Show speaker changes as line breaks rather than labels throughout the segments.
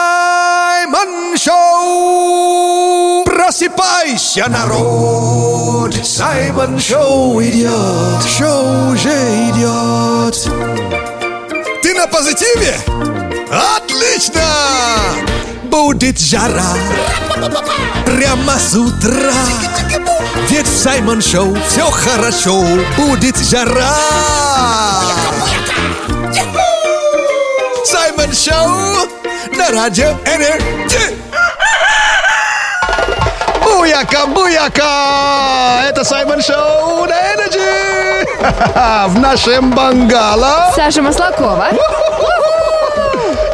Саймон Шоу! Просыпайся, народ! Саймон Шоу идет! Шоу уже идет! Ты на позитиве? Отлично! Будет жара прямо с утра Ведь в Саймон Шоу все хорошо Будет жара Саймон Шоу на радио Энерджи.
Буяка, буяка! Это Саймон Шоу на Energy! В нашем бангало.
Саша Маслакова.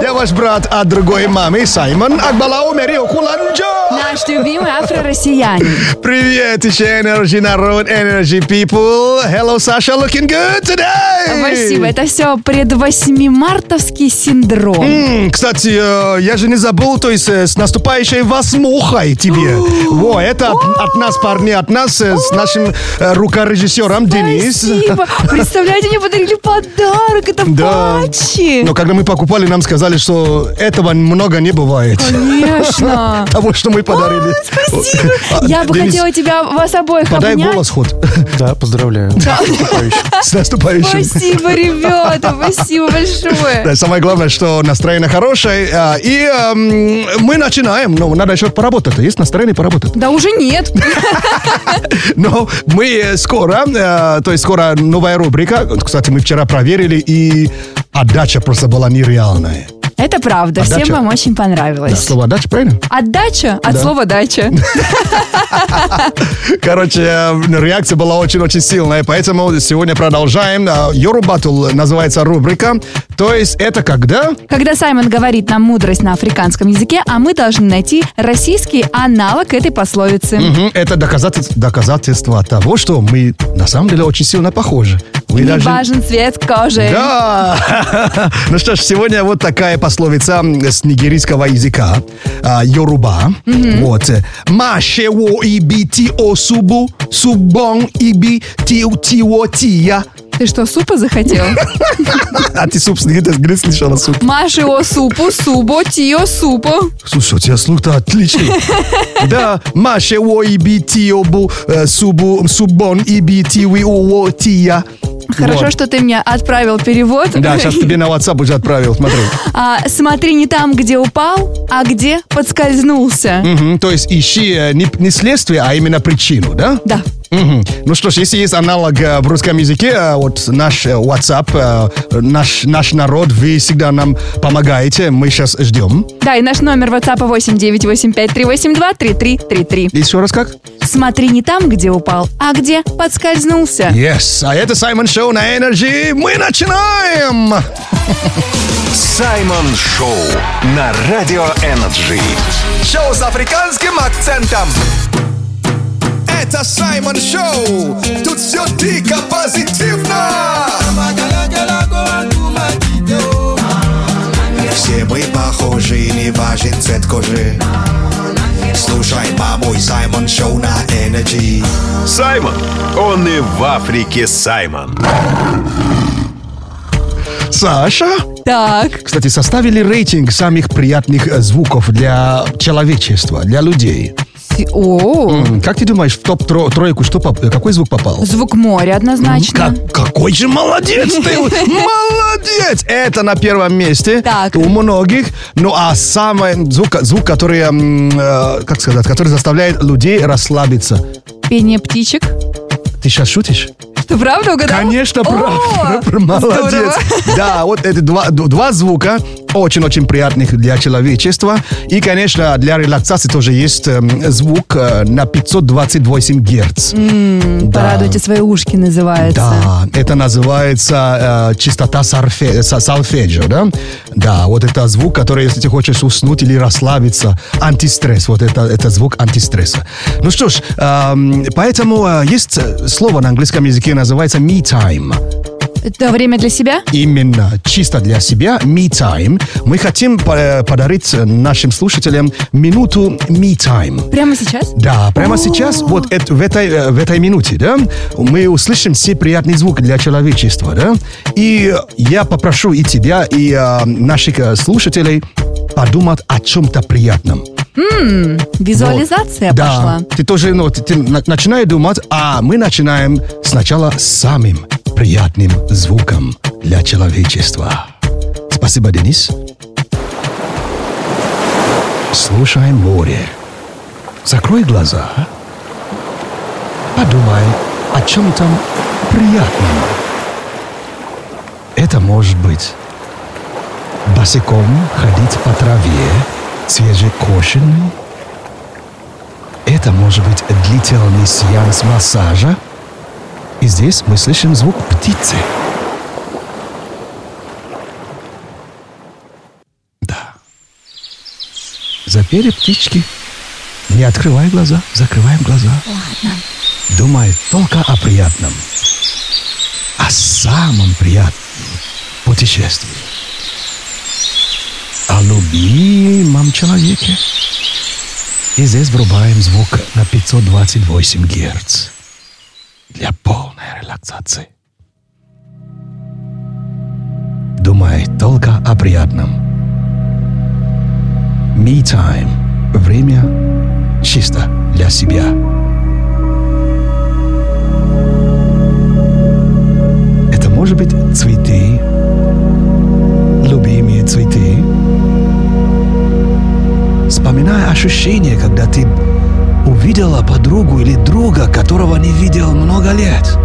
Я ваш брат от другой мамы, Саймон Акбалау Мерио Куланджо.
Наш любимый афро-россиянин.
Привет еще Energy народ, Energy people. Hello, Саша, looking good today.
Спасибо. Это все предвосьмимартовский синдром.
М, Кстати, э, я же не забыл, то есть э, с наступающей восьмухой тебе. Во, это от, от нас, парни, от нас э, с нашим э, рукорежиссером Денис.
Спасибо. Представляете, мне подарили подарок. Это
Да. Ну,
патчи.
Но когда мы покупали, нам сказали, что этого много не бывает.
Конечно.
Того, что мы подарили.
Спасибо.
А,
Я бы
Денис,
хотела тебя, вас обоих
Подай
обнять.
голос ход.
Да, поздравляю.
С наступающим.
Спасибо, ребята. Спасибо большое.
Да, самое главное, что настроение хорошее. а, И эм, мы начинаем. Но надо еще поработать. Есть настроение поработать.
Да уже нет.
Но мы э, скоро, э, то есть скоро новая рубрика. Кстати, мы вчера проверили, и отдача просто была нереальная.
Это правда. Всем
Отдача.
вам очень
Да,
понравилось.
слово отдача, правильно?
Отдача от слова дача.
Короче, э, реакция была очень-очень сильная, поэтому сегодня продолжаем. Йору Батл называется рубрика. То есть это когда?
Когда Саймон говорит нам мудрость на африканском языке, а мы должны найти российский аналог этой пословицы.
Мгм, Это доказательство, доказательство того, что мы на самом деле очень сильно похожи. Вы
Не
даже-
важен цвет кожи.
Да! Ну что ж, сегодня вот такая пословица с нигерийского языка. а, Йоруба. Вот. Машево и бити осубу, субон и би тиу тио тия.
Ты что, супа захотел?
А ты, собственно, это где слышала суп?
Маши о супу, субо, тио супо.
Слушай, у тебя слух-то отличный. Да, машево и би тиобу, э, субу, субон и би тиуи уо тия.
Хорошо,
Вот.
что ты мне отправил перевод.
Да, сейчас тебе на WhatsApp уже отправил, смотри.
А, смотри не там, где упал, а где подскользнулся.
Мгм, То есть ищи э, не, не следствие, а именно причину, да?
Да.
Мгм. Ну что ж, если есть аналог э, в русском языке, э, вот наш э, WhatsApp, э, наш, наш народ, вы всегда нам помогаете, мы сейчас ждем.
Да, и наш номер WhatsApp 89853823333.
Еще раз как?
Смотри не там, где упал, а где подскользнулся.
Yes, а это Саймон Шоу на Energy, мы начинаем!
Саймон Шоу на Радио Энерджи. Шоу с африканским акцентом. Это Саймон Шоу. Тут все дико позитивно. Все мы похожи, не важен цвет кожи. Слушай, мамой, Саймон Шоу на Энерджи.
Саймон. Он и в Африке Саймон.
Саша,
Так.
кстати, составили рейтинг самых приятных э, звуков для человечества, для людей.
Ти- О,
М, Как ты думаешь, в топ-тройку что поп- какой звук попал?
звук моря однозначно.
Как- какой же молодец ты! Молодец! Это на первом месте
Так.
у многих. Ну, а самый звук, звук который, м, э, как сказать, который заставляет людей расслабиться.
Пение птичек.
Ты сейчас шутишь?
Ты правда угадал?
Конечно,
О,
прав. Молодец.
здорово.
Да, вот эти два, д- два звука очень-очень приятных для человечества. И, конечно, для релаксации тоже есть эм, звук э, на 528 герц.
Порадуйте свои ушки называется.
Да, это называется э, чистота сарфе- са- сальфеджио, да? Да, вот это звук, который, если ты хочешь уснуть или расслабиться, антистресс, вот это, это звук антистресса. Ну что ж, эм, поэтому э, есть э, слово на английском языке, называется me time.
Это время для себя?
Именно чисто для себя me time. Мы хотим по- подарить нашим слушателям минуту me time.
Прямо сейчас?
Да, прямо сейчас, вот эт- в, этой, э, в этой минуте, да, мы услышим все приятные звуки для человечества, да. И я попрошу и тебя, и э, наших э, слушателей подумать о чем-то приятном.
Визуализация
Вот. да.
пошла.
Ты тоже, ну, ты, ты на- начинай думать, а мы начинаем сначала с самым приятным звуком для человечества. Спасибо, Денис. Слушай море. Закрой глаза. Подумай о чем-то приятном. Это может быть босиком ходить по траве, свежекошенный, это может быть длительный сеанс массажа. И здесь мы слышим звук птицы. Да. Запели птички. Не открывай глаза, закрываем глаза. Думай только о приятном. О самом приятном путешествии. О любимом человеке. И здесь врубаем звук на 528 Гц для полной релаксации. Думай только о приятном. Me time. Время чисто для себя. Это может быть цветы, любимые цветы, Вспоминай ощущение, когда ты увидела подругу или друга, которого не видел много лет.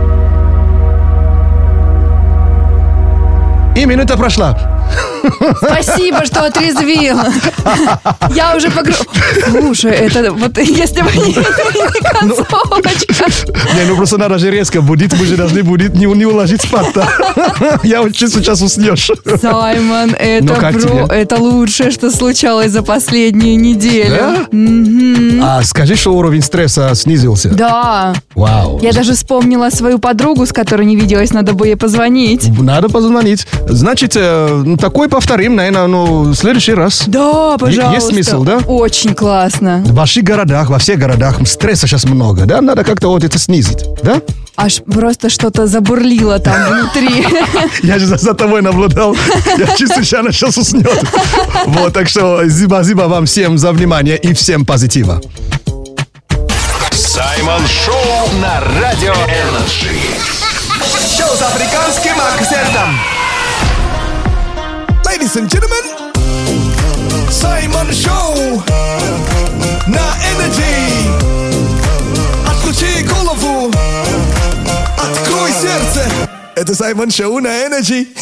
И минута прошла.
Спасибо, что отрезвил. Я уже погру... Слушай, это вот если бы не это не
Ну.
концовочка.
Не, ну просто надо же резко будить, мы же должны будить, не, не уложить спать Я очень сейчас уснешь.
Саймон, это,
Ну, как
бро-
тебе?
это лучшее, что случалось за последнюю неделю.
Да? А скажи, что уровень стресса снизился?
Да.
Вау.
Я даже вспомнила свою подругу, с которой не виделась, надо бы ей позвонить.
Надо позвонить. Значит, э, ну, такой повторим, наверное, ну, в следующий раз.
Да, пожалуйста.
смысл, да?
Очень классно.
В больших городах, во всех городах стресса сейчас много, да? Надо как-то вот это снизить, да?
Аж просто что-то забурлило там внутри.
Я же за, за тобой наблюдал. Я чувствую, что она сейчас уснет. Вот, так что спасибо вам всем за внимание и всем позитива.
Саймон Шоу на Радио Энерджи.
Шоу с африканским акцентом.
Ladies and gentlemen, Саймон Шоу на Energy. Отключи голову, открой сердце. Это Саймон Шоу на Energy.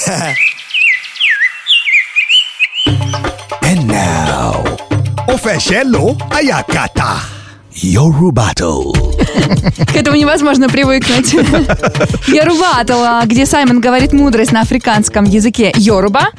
And now, Official Ayakata. Yoru Battle.
К этому невозможно привыкнуть. Йоруба, Атала, где Саймон говорит мудрость на африканском языке Йоруба.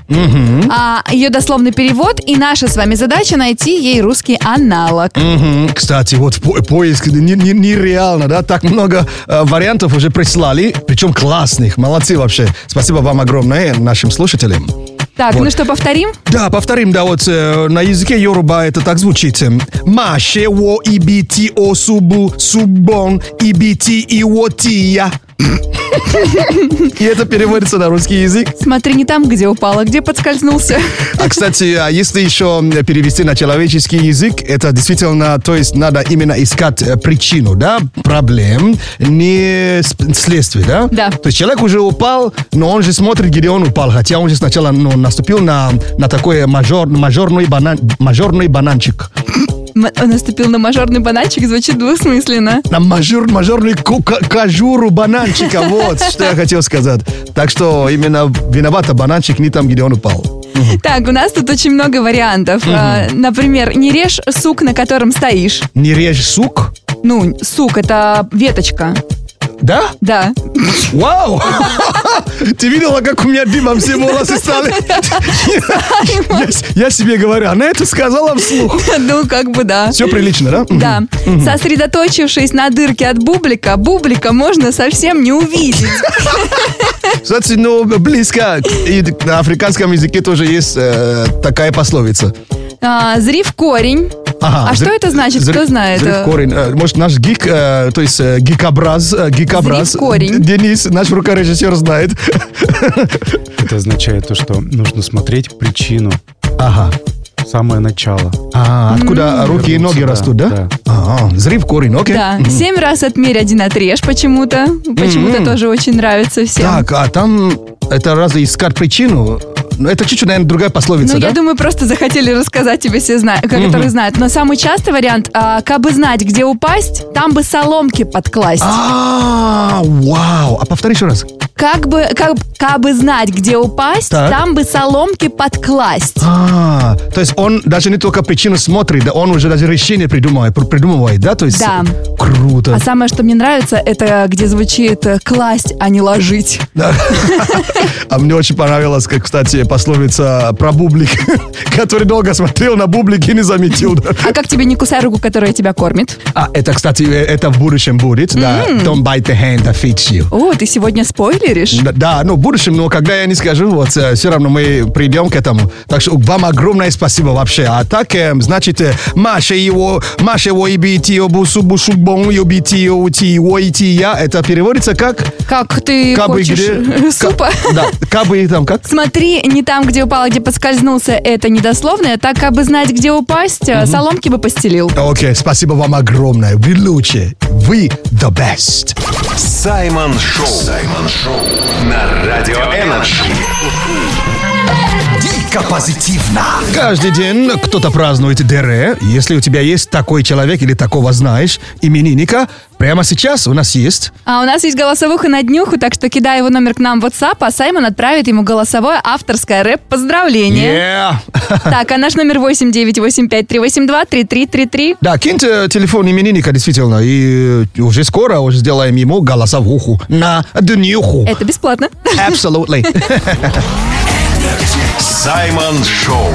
А ее дословный перевод и наша с вами задача найти ей русский аналог.
Мгм. Кстати, вот по- поиск не- не- нереально, да? Так много э, вариантов уже прислали, причем классных. Молодцы вообще. Спасибо вам огромное, нашим слушателям.
Так,
Вот.
ну что, повторим?
Да, повторим, да, вот э, на языке Йоруба это так звучит. Маше во ибити о субу суббон ибити иотия. И это переводится на русский язык.
Смотри не там, где упала, где подскользнулся.
А, кстати, а если еще перевести на человеческий язык, это действительно, то есть надо именно искать э, причину, да, проблем, не сп- следствие, да?
Да.
То есть человек уже упал, но он же смотрит, где он упал, хотя он же сначала ну, наступил на, на такой мажор, мажорный, банан, мажорный бананчик,
М- Наступил на мажорный бананчик, звучит двусмысленно.
на мажор, мажорный ку- ка- кожуру бананчика, вот что я хотел сказать. Так что именно виновата бананчик не там, где он упал.
Так, у нас тут очень много вариантов. А, Например, не режь сук, на котором стоишь.
Не режь сук,
Ну, сук — это веточка.
Да?
Да.
Вау! Ты видела, как у меня дымом все волосы стали? Я- Я себе говорю, она это сказала вслух.
Ну, как бы да.
Все прилично, да?
Да. Сосредоточившись на дырке от бублика, бублика можно совсем не увидеть.
Кстати, ну, близко. И на африканском языке тоже есть э, такая пословица.
А, Зри в корень.
Ага,
А
зр-
что это значит?
зр-
Кто знает?
зрив корень. Э, Может, наш гик, э, то есть э, гикобраз, э, гикобраз.
Зрив корень.
Денис, наш рукорежиссер, знает.
Это означает то, что нужно смотреть причину,
Ага.
самое начало.
А, откуда руки и
Вернуться,
ноги
да,
растут, да?
да.
Ага, зрив корень, окей.
Да. Семь раз отмерь, один отрежь почему-то. Почему-то тоже очень нравится всем.
Так, а там это разве искать причину? Ну, Это чуть-чуть, наверное, другая пословица,
Ну,
да?
я думаю, просто захотели рассказать тебе все, зна- которые знают. Но самый частый вариант, а, как бы знать, где упасть, там бы соломки подкласть.
А, вау. А повтори еще раз.
Как бы, как, как бы знать, где упасть,
Так.
там бы соломки подкласть.
А, то есть он даже не только причину смотрит, да он уже даже решение придумывает, пр- придумывает да? То есть
Да.
круто.
А самое, что мне нравится, это где звучит э, класть, а не ложить.
А мне очень понравилась, как, кстати, пословица про бублик, который долго смотрел на бублик и не заметил. да.
А как тебе не кусай руку, которая тебя кормит?
А это, кстати, э, это в будущем будет, да. Don't bite the hand that feeds you.
О, ты сегодня спойлеришь?
Да, да, ну в будущем, но когда я не скажу, вот все равно мы придем к этому. Так что вам огромное спасибо вообще. А так, э, значит, э, Маша его, Маша его и бити, и бусу, бушу, бон, и бити, и ути, и ой, ти, я. Это переводится как?
Как ты
Кабы
хочешь
где?
э, супа?
Ка- Да, кабы там как?
Смотри, не там, где упал, а где подскользнулся, это недословное, так как бы знать, где упасть, э, соломки бы постелил.
Окей, спасибо вам огромное. Вы лучше. Вы the best.
Саймон Шоу. Саймон Шоу. На Радио Энерджи.
Дико позитивно.
Каждый день кто-то празднует ДР. Если у тебя есть такой человек или такого знаешь, именинника, прямо сейчас у нас есть.
А у нас есть голосовуха на днюху, так что кидай его номер к нам в WhatsApp, а Саймон отправит ему голосовое авторское рэп-поздравление.
Yeah.
Так, а наш номер 8985-382-3333.
Да, киньте телефон именинника, действительно, и э, уже скоро уже сделаем ему голосовуху на днюху.
Это бесплатно.
Absolutely.
Саймон Шоу.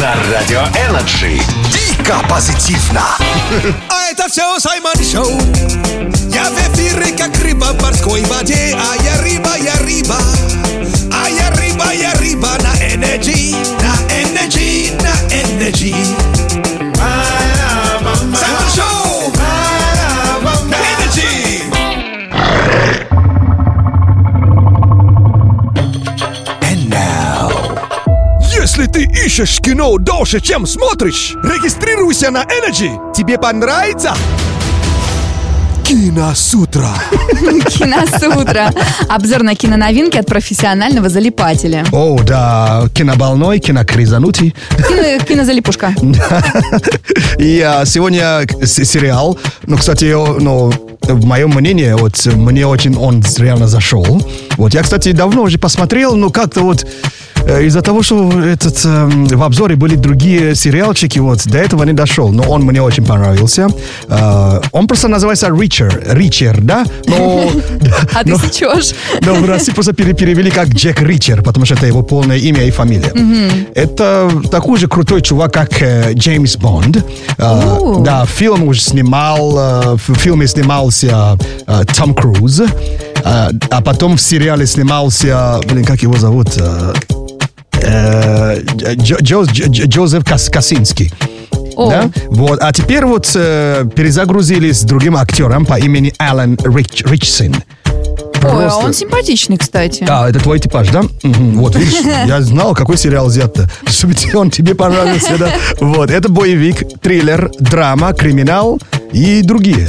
На Радио Энерджи.
Дико позитивно. А это все Саймон Шоу. Я в эфире, как рыба в морской воде. А я рыба, я рыба. А я рыба, я рыба на энергии, на энергии, на энергии. Саймон Шоу. На энергии.
Если ты ищешь кино дольше, чем смотришь, регистрируйся на Energy. Тебе понравится?
Кино с утра.
Киносутра. Обзор на киноновинки от профессионального залипателя.
О, да, киноболной, кинокризанутый.
Кино- кинозалипушка.
И а, сегодня к- с- сериал, ну, кстати, о, ну, в моем мнении, вот мне очень он реально зашел. Вот я, кстати, давно уже посмотрел, но как-то вот э, из-за того, что этот, эм, в обзоре были другие сериалчики, вот до этого не дошел, но он мне очень понравился. Э, он просто называется Ричард, Ричард, да? Но,
А ты
но-
сечешь.
но в России просто типа, пере- перевели как Джек Ричер, потому что это его полное имя и фамилия. Это такой же крутой чувак, как э, Джеймс Бонд. Э,
У.
да, фильм уже снимал, э, в фильме снимался э, Том Круз, э, а потом в сериале снимался, блин, как его зовут? Э, э, Джо- Джо- Джо- Джозеф Кас- Косинский.
О.
Да? Вот. А теперь вот э, перезагрузили с другим актером по имени Алан Рич- Ричсон.
Ой, а
Просто-
он симпатичный, кстати.
а, это твой типаж, да? Мгм. Вот, видишь, я знал, какой сериал взят-то. Чтобы те- он тебе понравился, да? Вот, это боевик, триллер, драма, криминал и другие.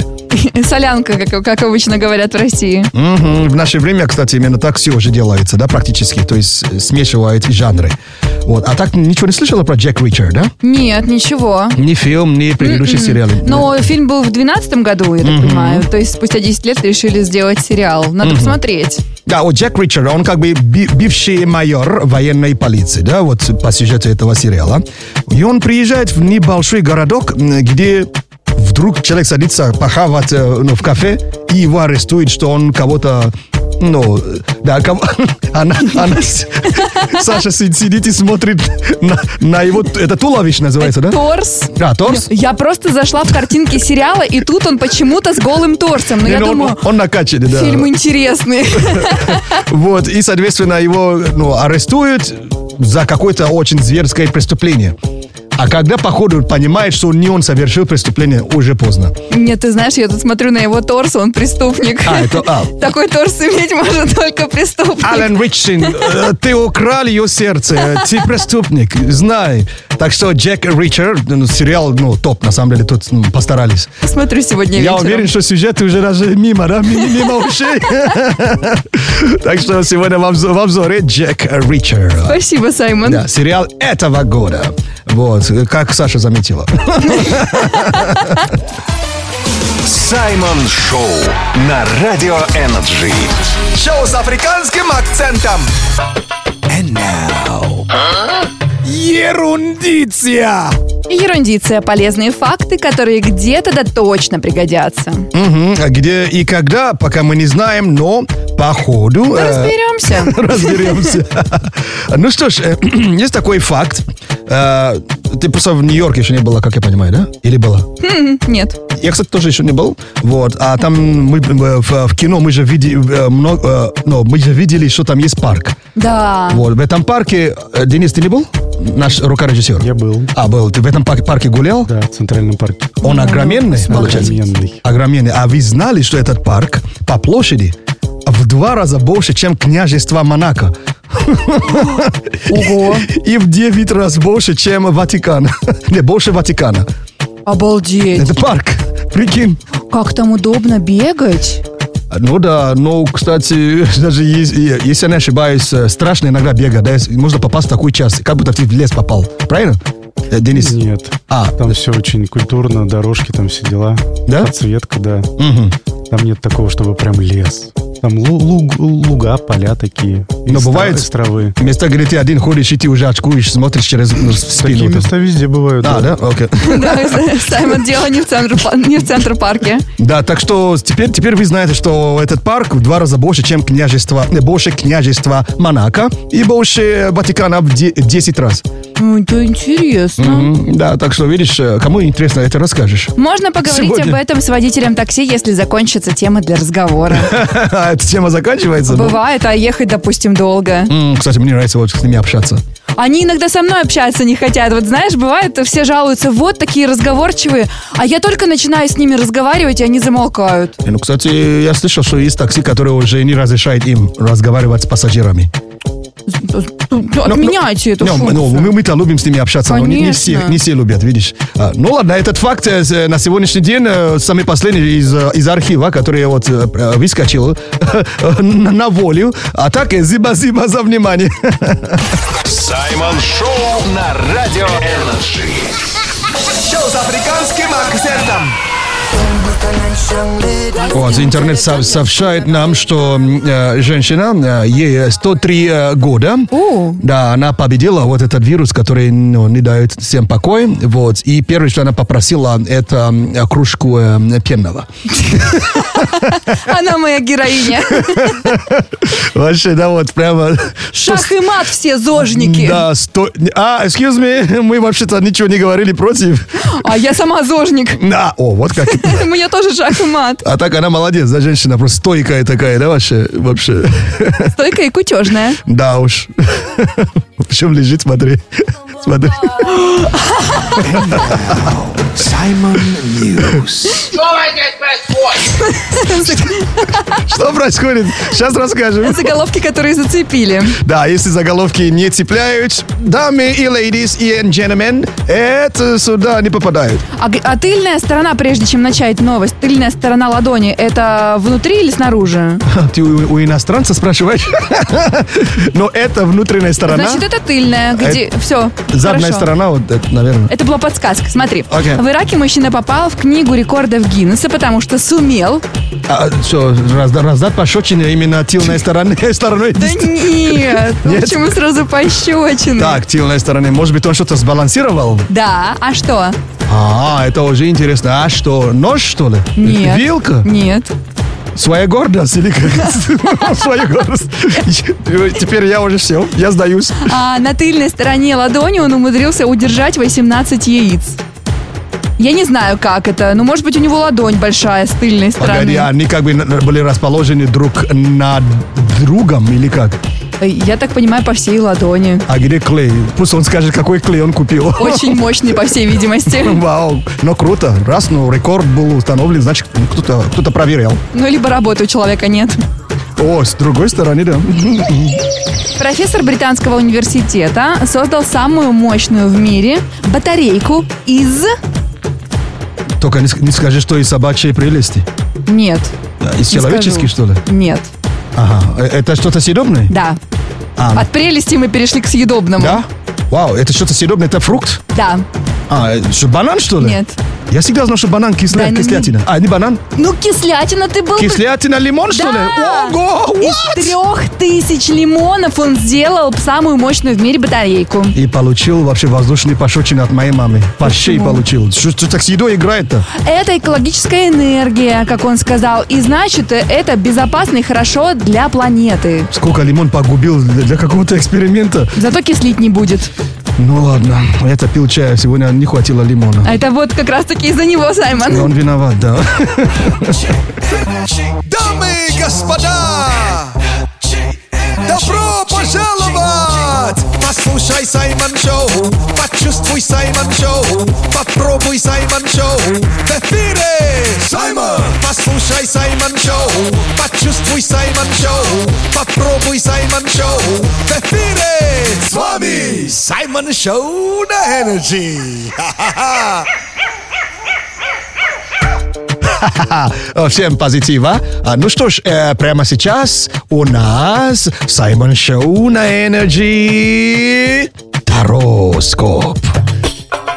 Солянка, как, как обычно говорят в России.
Мгм. В наше время, кстати, именно так все уже делается, да, практически. То есть э, смешивают жанры. Вот, а так ничего не слышала про Джек Ричард, да?
Нет, ничего.
Ни фильм, ни предыдущие сериалы.
Но фильм был в 2012 году, я так понимаю. То есть спустя 10 лет решили сделать сериал. Надо посмотреть.
Да, вот Джек Ричард, он как бы би- бывший майор военной полиции, да, вот по сюжету этого сериала. И он приезжает в небольшой городок, м, где вдруг человек садится похавать э, ну, в кафе, и его арестуют, что он кого-то... Ну, э, да, кого... она, она с- Саша си- сидит и смотрит на, на его... т- Это туловище называется,
E,
да?
Торс.
А, торс?
Я просто зашла в картинки сериала, и тут он почему-то с голым торсом. Но я
Не, ну, он,
думаю,
он накачанный, да.
фильм интересный.
Вот, и, соответственно, его ну, арестуют за какое-то очень зверское преступление. А когда, походу, понимает, что не он совершил преступление, уже поздно.
Нет, ты знаешь, я тут смотрю на его торс, он преступник.
А, это- а.
Такой торс иметь может только преступник.
Алан Ричсон, э, ты украл ее сердце, э, ты преступник, знай. Так что Джек Ричард, ну, сериал, ну, топ, на самом деле, тут ну, постарались.
Смотрю сегодня
Я
вечером.
уверен, что сюжет уже даже мимо, да, мимо, мимо ушей. Так что сегодня в обзо- в обзоре Джек Ричард.
Спасибо, Саймон.
Да, сериал этого года. Вот, как Саша заметила.
Саймон Шоу на Радио Энерджи.
Шоу с африканским акцентом. And now... Ерундиция!
Ерундиция. Полезные факты, которые где-то да точно пригодятся. Ну,
Мгм, а Где и когда, пока мы не знаем, но по ходу... э,
Разберемся.
Разберемся. Ну что ж, э, есть такой факт. Э, Ты просто в Нью-Йорке еще не была, как я понимаю, да? Или была?
Нет.
Я, кстати, тоже еще не был. Вот. А там мы э, в, в кино мы же видели много, э, но мы же видели, что там есть парк.
Да.
Вот. В этом парке, э, Денис, ты не был? Наш рукорежиссер.
Я был.
А, был. Ты в этом пар- парке гулял?
Да, в Центральном парке.
Он огроменный, получается?
Огроменный.
Огроменный. А вы знали, что этот парк по площади в два раза больше, чем княжество Монако?
Ого.
И в 9 раз больше, чем Ватикан. Не, больше Ватикана.
Обалдеть.
Это парк. Прикинь.
Как там удобно бегать.
Ну да, но, кстати, даже ес- е- если я не ошибаюсь, э, страшно иногда бегать, да, если- можно попасть в такой час, как будто ты в лес попал. Правильно? Э, Денис?
Нет.
А.
Там все очень культурно, дорожки, там все дела.
Да?
Подсветка, да. Там нет такого, чтобы прям лес. Там лу- луг- луга, поля такие.
Но
Из
бывает-
тра- из травы.
Места, где ты один ходишь, и ты уже очкуешь, смотришь через ну, спину.
Такие
там.
места везде бывают.
А, да? Окей.
Да, Саймон, дело не в центр пла- не в центр парке.
Да, так что теперь, теперь вы знаете, что этот парк в два раза больше, чем княжество, э, больше княжества Монако и больше Ватикана в де- 10 раз.
Ну, Это интересно.
М, Да, так что, видишь, э, кому интересно, это расскажешь.
Можно поговорить
Сегодня.
об этом с водителем такси, если закончится тема для разговора.
А Эта тема заканчивается. ну.
Бывает, а ехать, допустим, долго.
М, Кстати, мне нравится вот с ними общаться.
Они иногда со мной общаться не хотят. Вот знаешь, бывает, все жалуются, вот такие разговорчивые, а я только начинаю с ними разговаривать, и они замолкают.
Э, Ну, кстати, я слышал, что есть такси, которые уже не разрешают им разговаривать с пассажирами.
Отменяйте эту
Ну, ну,
функцию.
мы, мы-то любим с ними общаться, но не- не, все,
Конечно.
не все любят, видишь. А, ну ладно, этот факт э, с- на сегодняшний день э, самый последний из, э, из архива, который вот э, э, выскочил на, на волю. А так, э, зиба-зиба за внимание.
Саймон Шоу на Радио Энерджи.
Шоу с африканским акцентом.
Вот, интернет со- сообщает нам, что э, женщина, э, ей 103 э, года,
О.
да, она победила вот этот вирус, который ну, не дает всем покоя, вот, и первое, что она попросила, это м, кружку э, пенного.
Она моя героиня.
Вообще, да, вот прямо...
Шах и мат все зожники.
Да, сто... А, excuse me, мы вообще-то ничего не говорили против.
А я сама зожник.
Да, о, вот как.
У меня тоже шах и мат.
А так она молодец, да, женщина просто стойкая такая, да, вообще, вообще.
Стойка и кутежная.
Да уж. В чем лежит, смотри. Смотри.
Саймон Ньюс.
Что происходит? Сейчас расскажем.
Заголовки, которые зацепили.
Да, если заголовки не цепляют, дамы и ladies и gentlemen, это сюда не попадают.
А, г- а тыльная сторона, прежде чем начать новость, тыльная сторона ладони, это внутри или снаружи?
А, Ты у, у иностранца спрашиваешь? Но это внутренняя сторона.
Значит, это тыльная, где... Все,
Задная Э, сторона, вот, это, наверное.
Это была подсказка. Смотри.
Окей.
В В Ираке мужчина попал в книгу рекордов Гиннесса, потому что сумел.
А, что, раз- раздать пощечины именно тыльной стороны, стороной?
Да нет,
Нет?
почему сразу пощечины?
Так, тыльной стороны. Может быть, он что-то сбалансировал?
Да, а что?
А, это уже интересно. А что, нож, что ли?
Нет.
Вилка?
Нет.
Своя гордость или как? Своя гордость. Теперь я уже все, я сдаюсь.
А на тыльной стороне ладони он умудрился удержать 18 яиц. Я не знаю, как это, но, может быть, у него ладонь большая с тыльной стороны.
Погоди, а они как бы на- были расположены друг над другом или как?
Э, Я так понимаю, по всей ладони.
А где клей? Пусть он скажет, какой клей он купил.
Очень мощный, по всей видимости.
Вау, но круто. Раз, ну, рекорд был установлен, значит, ну, кто-то кто проверял.
Ну, либо работы у человека нет.
О, с другой стороны, да.
Профессор британского университета создал самую мощную в мире батарейку из...
Только не, с- не скажи, что из собачьей прелести.
Нет.
Из
не скажу.
человеческой, что ли?
Нет.
Ага. Э, Это что-то съедобное?
Да.
А,
От прелести мы перешли к съедобному.
да? Вау, это что-то съедобное, это фрукт?
Да.
А, э, что, банан, что ли?
Нет.
Я всегда знал, что банан кисля,
Да, ну,
кислятина. А, не банан?
Ну, кислятина ты был... бы-
Кислятина, лимон, что ли?
Да!
Ого, what?
Из трех тысяч лимонов он сделал самую мощную в мире батарейку.
И получил вообще воздушный пошочин от моей мамы. По шее
Почему?
получил. Что, что так с едой играет-то?
Это экологическая энергия, как он сказал, и значит, э, это безопасно и хорошо для планеты.
Сколько лимон погубил для, для какого-то эксперимента?
Зато кислить не будет.
Ну ладно, я пил чая, сегодня не хватило лимона.
А это вот как раз-таки из-за него,
И
Саймон.
Он виноват, да.
Дамы и господа, добро пожаловать! Послушай Саймон Шоу, почувствуй Саймон Шоу, попробуй Саймон Шоу. В эфире Саймон! Послушай Саймон Шоу, почувствуй Саймон Шоу, попробуй Саймон Шоу. В эфире с вами Саймон Шоу на Energy. Ха-ха-ха!
А, Всем позитива. А, Ну что ж, э, прямо сейчас у нас Саймон Шоу на Energy Тароскоп.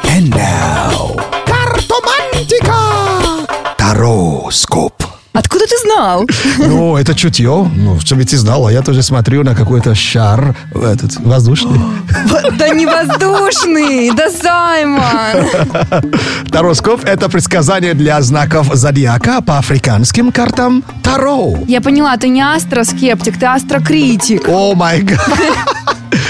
And now. Картомантика. Тароскоп.
Откуда ты знал?
Ну, это чутье. Ну, что ведь ты знала. Я тоже смотрю на какой-то шар э, этот, воздушный.
Да не воздушный, да Саймон.
Тароскоп – это предсказание для знаков зодиака по африканским картам Таро.
Я поняла, ты не астроскептик, ты астрокритик.
О май гад.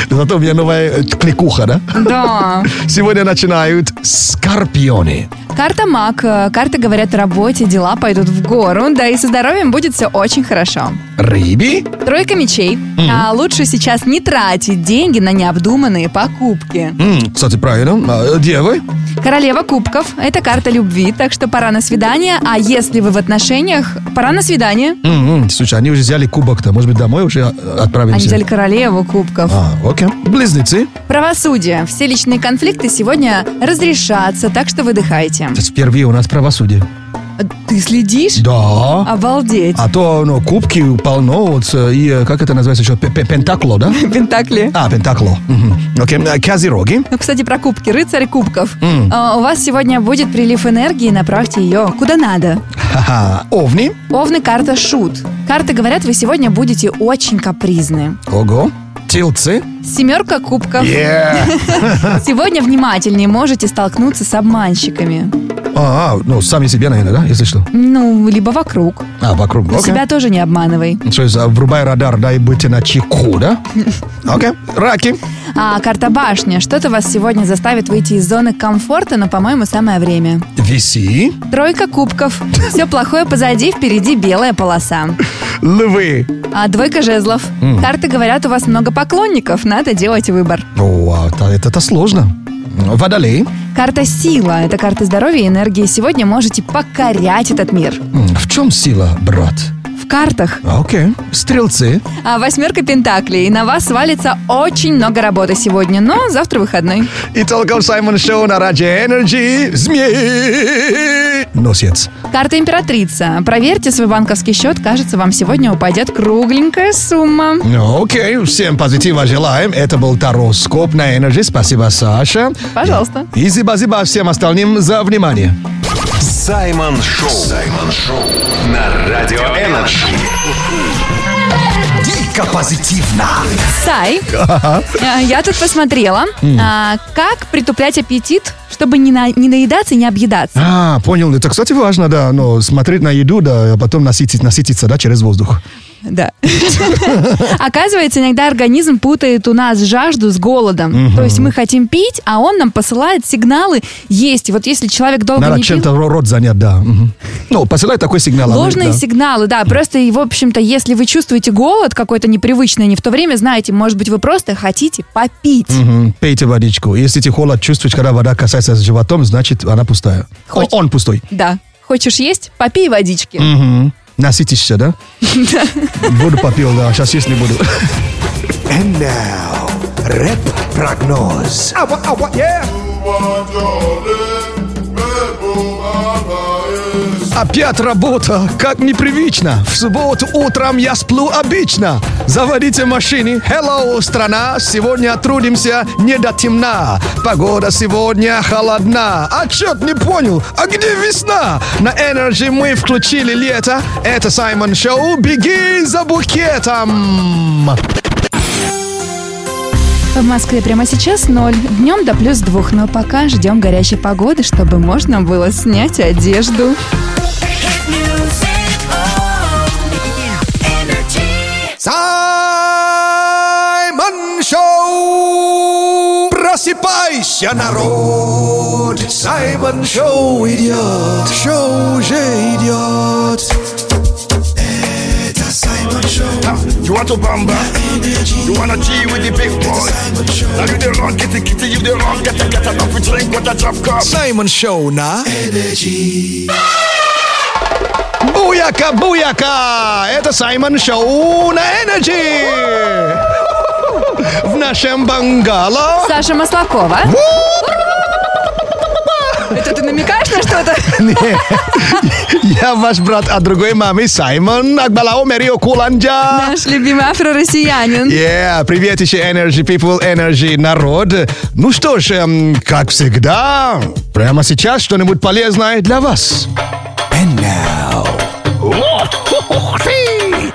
Зато у меня новая э, кликуха, да?
Да.
Сегодня начинают скорпионы.
Карта маг. э, Карты говорят о работе, дела пойдут в гору, да и со здоровьем будет все очень хорошо.
Рыбы.
Тройка мечей. А лучше сейчас не тратить деньги на необдуманные покупки.
М, Кстати, правильно. А, Девы.
Королева кубков – это карта любви, так что пора на свидание. А если вы в отношениях, пора на свидание.
М, м, Слушай, они уже взяли кубок-то. Может быть, домой уже э,
Они
отправимся?
взяли королеву кубков.
А, окей. Близнецы.
Правосудие. Все личные конфликты сегодня разрешатся, так что выдыхайте.
Сейчас впервые у нас правосудие.
Ты следишь?
Да.
Обалдеть.
А то, ну, кубки полно, вот, э, и, э, как это называется еще, Пе- пе- пентакло, да?
Пентакли.
А, пентакло. Мгм. Окей, Э, козероги.
Ну, кстати, про кубки. Рыцарь кубков. А, У вас сегодня будет прилив энергии, направьте ее куда надо.
Ха-ха. Овни.
Овны карта шут. Карты говорят, вы сегодня будете очень капризны.
Ого. Тельцы.
Семерка кубков.
Е.
Сегодня внимательнее можете столкнуться с обманщиками.
А, а, ну, сами себе, наверное, да, если что.
Ну, либо вокруг.
А, вокруг.
Но
Окей.
себя тоже не обманывай.
То есть, а, врубай радар, да, и будьте на чеку, да? Окей. Раки.
А карта башня. Что-то вас сегодня заставит выйти из зоны комфорта, но, по-моему, самое время.
Виси.
Тройка кубков. Все плохое позади, впереди белая полоса.
Львы.
А двойка жезлов. Карты говорят, у вас много поклонников, надо делать выбор.
О, а, та- это-то сложно. Водолей.
Карта сила. Это карта здоровья и энергии. Сегодня можете покорять этот мир.
М, В чем сила, брат?
В картах.
Окей. Стрелцы.
А восьмерка пентаклей. И на вас свалится очень много работы сегодня, но завтра выходной.
И толком Саймон Шоу на Ради Энерджи. Змеи. носец.
Карта императрица. Проверьте свой банковский счет. Кажется, вам сегодня упадет кругленькая сумма.
Ну, Окей, всем позитива желаем. Это был Тароскоп на Energy. Спасибо, Саша.
Пожалуйста.
И спасибо всем остальным за внимание.
Саймон Шоу. Саймон Шоу на Радио Энерджи.
Дико позитивно.
Сай, э, я тут посмотрела, а, как притуплять аппетит, чтобы не, на- не наедаться и не объедаться.
А, понял. Это, кстати, важно, да. Но смотреть на еду, да, а потом насытить, насытиться, да, через воздух.
Да. Оказывается, иногда организм путает у нас жажду с голодом. То есть мы хотим пить, а он нам посылает сигналы есть. И вот если человек долго
Надо
не пил,
чем-то ро- рот занять, да. мгм. Ну, посылай такой сигнал. а мы,
Ложные
да.
сигналы, да. Просто, и, в общем-то, если вы чувствуете голод какой-то непривычный, не в то время, знаете, может быть, вы просто хотите попить.
Мгм, Пейте водичку. Если ты холод чувствуешь, когда вода касается с животом, значит, она пустая. О,
Хоть-
он пустой.
Да. Хочешь есть? Попей водички.
Мгм. Насытишься, да? Буду попил, да. Сейчас есть не буду.
And now, рэп-прогноз.
Опять работа, как непривычно. В субботу утром я сплю обычно. Заводите машины. Hello, страна. Сегодня трудимся не до темна. Погода сегодня холодна. Отчет не понял. А где весна? На Energy мы включили лето. Это Саймон Шоу. Беги за букетом.
В Москве прямо сейчас ноль. Днем до плюс двух, но пока ждем горячей погоды, чтобы можно было снять одежду.
Саймон Шоу! Просыпайся, народ! Саймон Шоу идет! Шоу уже идет! Это Саймон Шоу!
You want to bamba? You wanna G with the big boy? Now you the wrong, get the kitty, you the wrong, get the get enough, we drink with a drop cup.
Саймон Шоу на...
Буяка, буяка! Это Саймон Шоу на Energy. В нашем бангало.
Саша Маслакова. Это ты намекаешь на что-то?
Я ваш брат от другой мамы, Саймон Акбалао Мерио Куланджа.
Наш любимый афро-россиянин.
Yeah, привет еще Energy People, Energy народ. Ну что ж, эм, как всегда, прямо сейчас что-нибудь полезное для вас.
And now... Вот!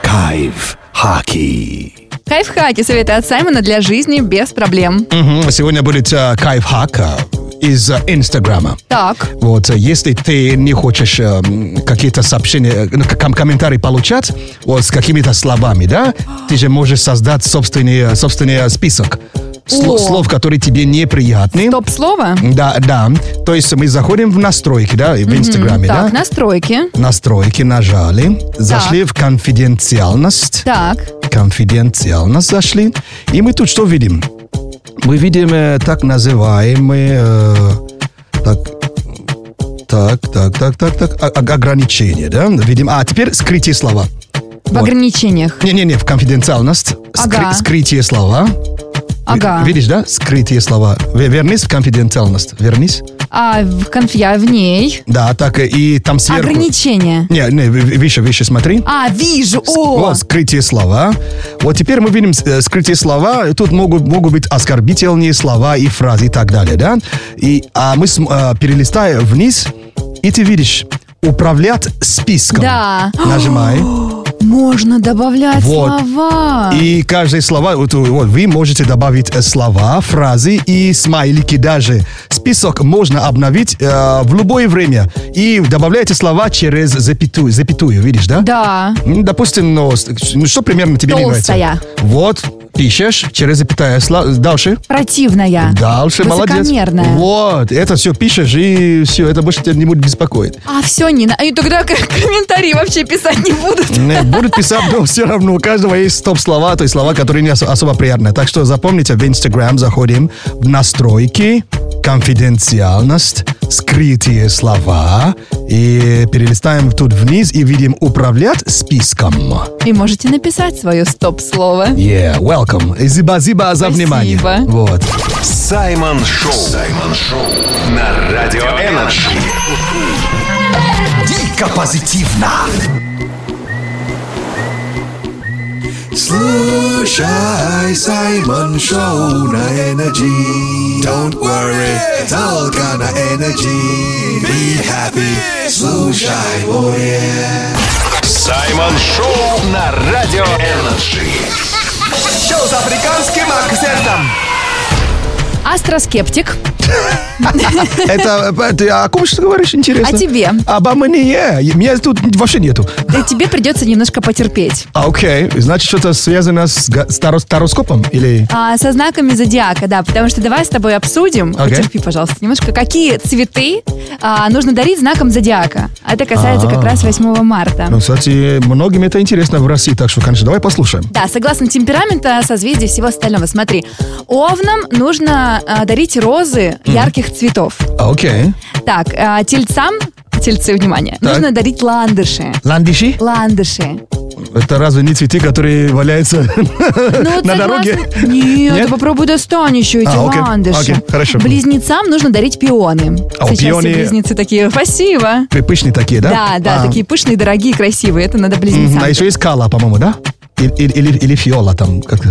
Кайф! Хаки!
Кайфхаки советы от Саймона для жизни без проблем.
Мгм, Сегодня будет э, кайфхак э, из э, Инстаграма.
Так.
Вот, э, если ты не хочешь э, м, какие-то сообщения, э, ну, к- ком- комментарии получать, вот с какими-то словами, да, ты же можешь создать собственный, э, собственный э, список сло-
О.
слов, которые тебе неприятны.
Топ-слово?
Да, да. То есть мы заходим в настройки, да, в Инстаграме, да?
Так, настройки.
Настройки нажали, зашли в конфиденциальность.
Так.
Конфиденциальность зашли. И мы тут что видим? Мы видим э, так называемые... э, так, так, так, так, так, так. о- о- ограничения, да? Видим. А теперь скрытие слова.
В ограничениях.
Не-не-не, в конфиденциальность. Скры-
Ага.
скрытие слова. Ви-
Ага.
Видишь, да? Скрытие слова. Ве- Вернись в конфиденциальность. Вернись.
А в конфья в ней.
Да, так э, и там сверху...
Ограничения.
Не, не, ви- ви- выше, выше смотри.
А, вижу. О,
Вот скрытие слова. Вот теперь мы видим э, скрытие слова. Тут могут, могут быть оскорбительные слова и фразы и так далее, да? И, а мы см- э, перелистаем вниз, и ты видишь, управлять списком.
Да.
Нажимай.
можно добавлять
Вот.
слова.
И каждое слово, вот, вот, вы можете добавить э, слова, фразы и смайлики даже. Список можно обновить э, в любое время. И добавляете слова через запятую, запятую видишь, да?
Да.
Ну, Допустим, ну, с- ну, что примерно тебе не
Толстая.
нравится? Вот, пишешь, через запятая, сла- дальше,
Противная.
дальше, молодец.
Высокомерная.
Вот, это все пишешь, и все, это больше тебя не будет беспокоить.
А, все, не на... И тогда к- комментарии вообще писать не будут.
Не, Будут писать, но все равно у каждого есть стоп-слова, то есть слова, которые не осо- особо приятные. Так что запомните, в Инстаграм заходим в настройки, конфиденциальность, скрытые слова, и перелистаем тут вниз и видим управлять списком.
И можете написать свое стоп-слово.
Yeah, welcome. И Зиба-зиба за
Спасибо.
внимание. Вот.
Саймон Шоу. Саймон Шоу на Радио Энерджи.
только позитивно. Слушай Саймон Шоу на Energy. Don't worry, только на Energy. Be happy, слушай, oh yeah.
Саймон Шоу на Радио Энерджи.
Шоу с африканским акцентом.
Астроскептик.
Это э, ты о ком сейчас говоришь, интересно?
О а тебе.
Обо мне. Меня тут вообще нету.
Да тебе придется немножко потерпеть.
А, Окей. Значит, что-то связано с га- старо- тароскопом? Или...
А, со знаками зодиака, да, потому что давай с тобой обсудим,
Окей.
потерпи, пожалуйста, немножко, какие цветы а, нужно дарить знаком зодиака. Это касается как раз 8 марта.
А. Ну, кстати, многим это интересно в России, так что, конечно, давай послушаем.
Да, согласно темперамента, созвездия и всего остального. Смотри, овнам нужно а, дарить розы ярких цветов.
А, Окей.
Так, а, тельцам, тельцы, внимание, нужно дарить ландыши.
Ландиши?
Ландыши.
Это разве не цветы, которые валяются?
Ну, вот
На
согласна-
дороге?
Нет,
Нет?
ты попробуй достань еще эти
А, окей,
ландыши.
окей, хорошо.
Близнецам нужно дарить пионы.
А, у
Сейчас
пионы-
все близнецы такие, спасибо.
Пышные такие, да?
Да, да,
А,
такие пышные, дорогие, красивые. Это надо близнецам.
м, А еще есть кала, по-моему, да? Или, или- или фиола там как-то.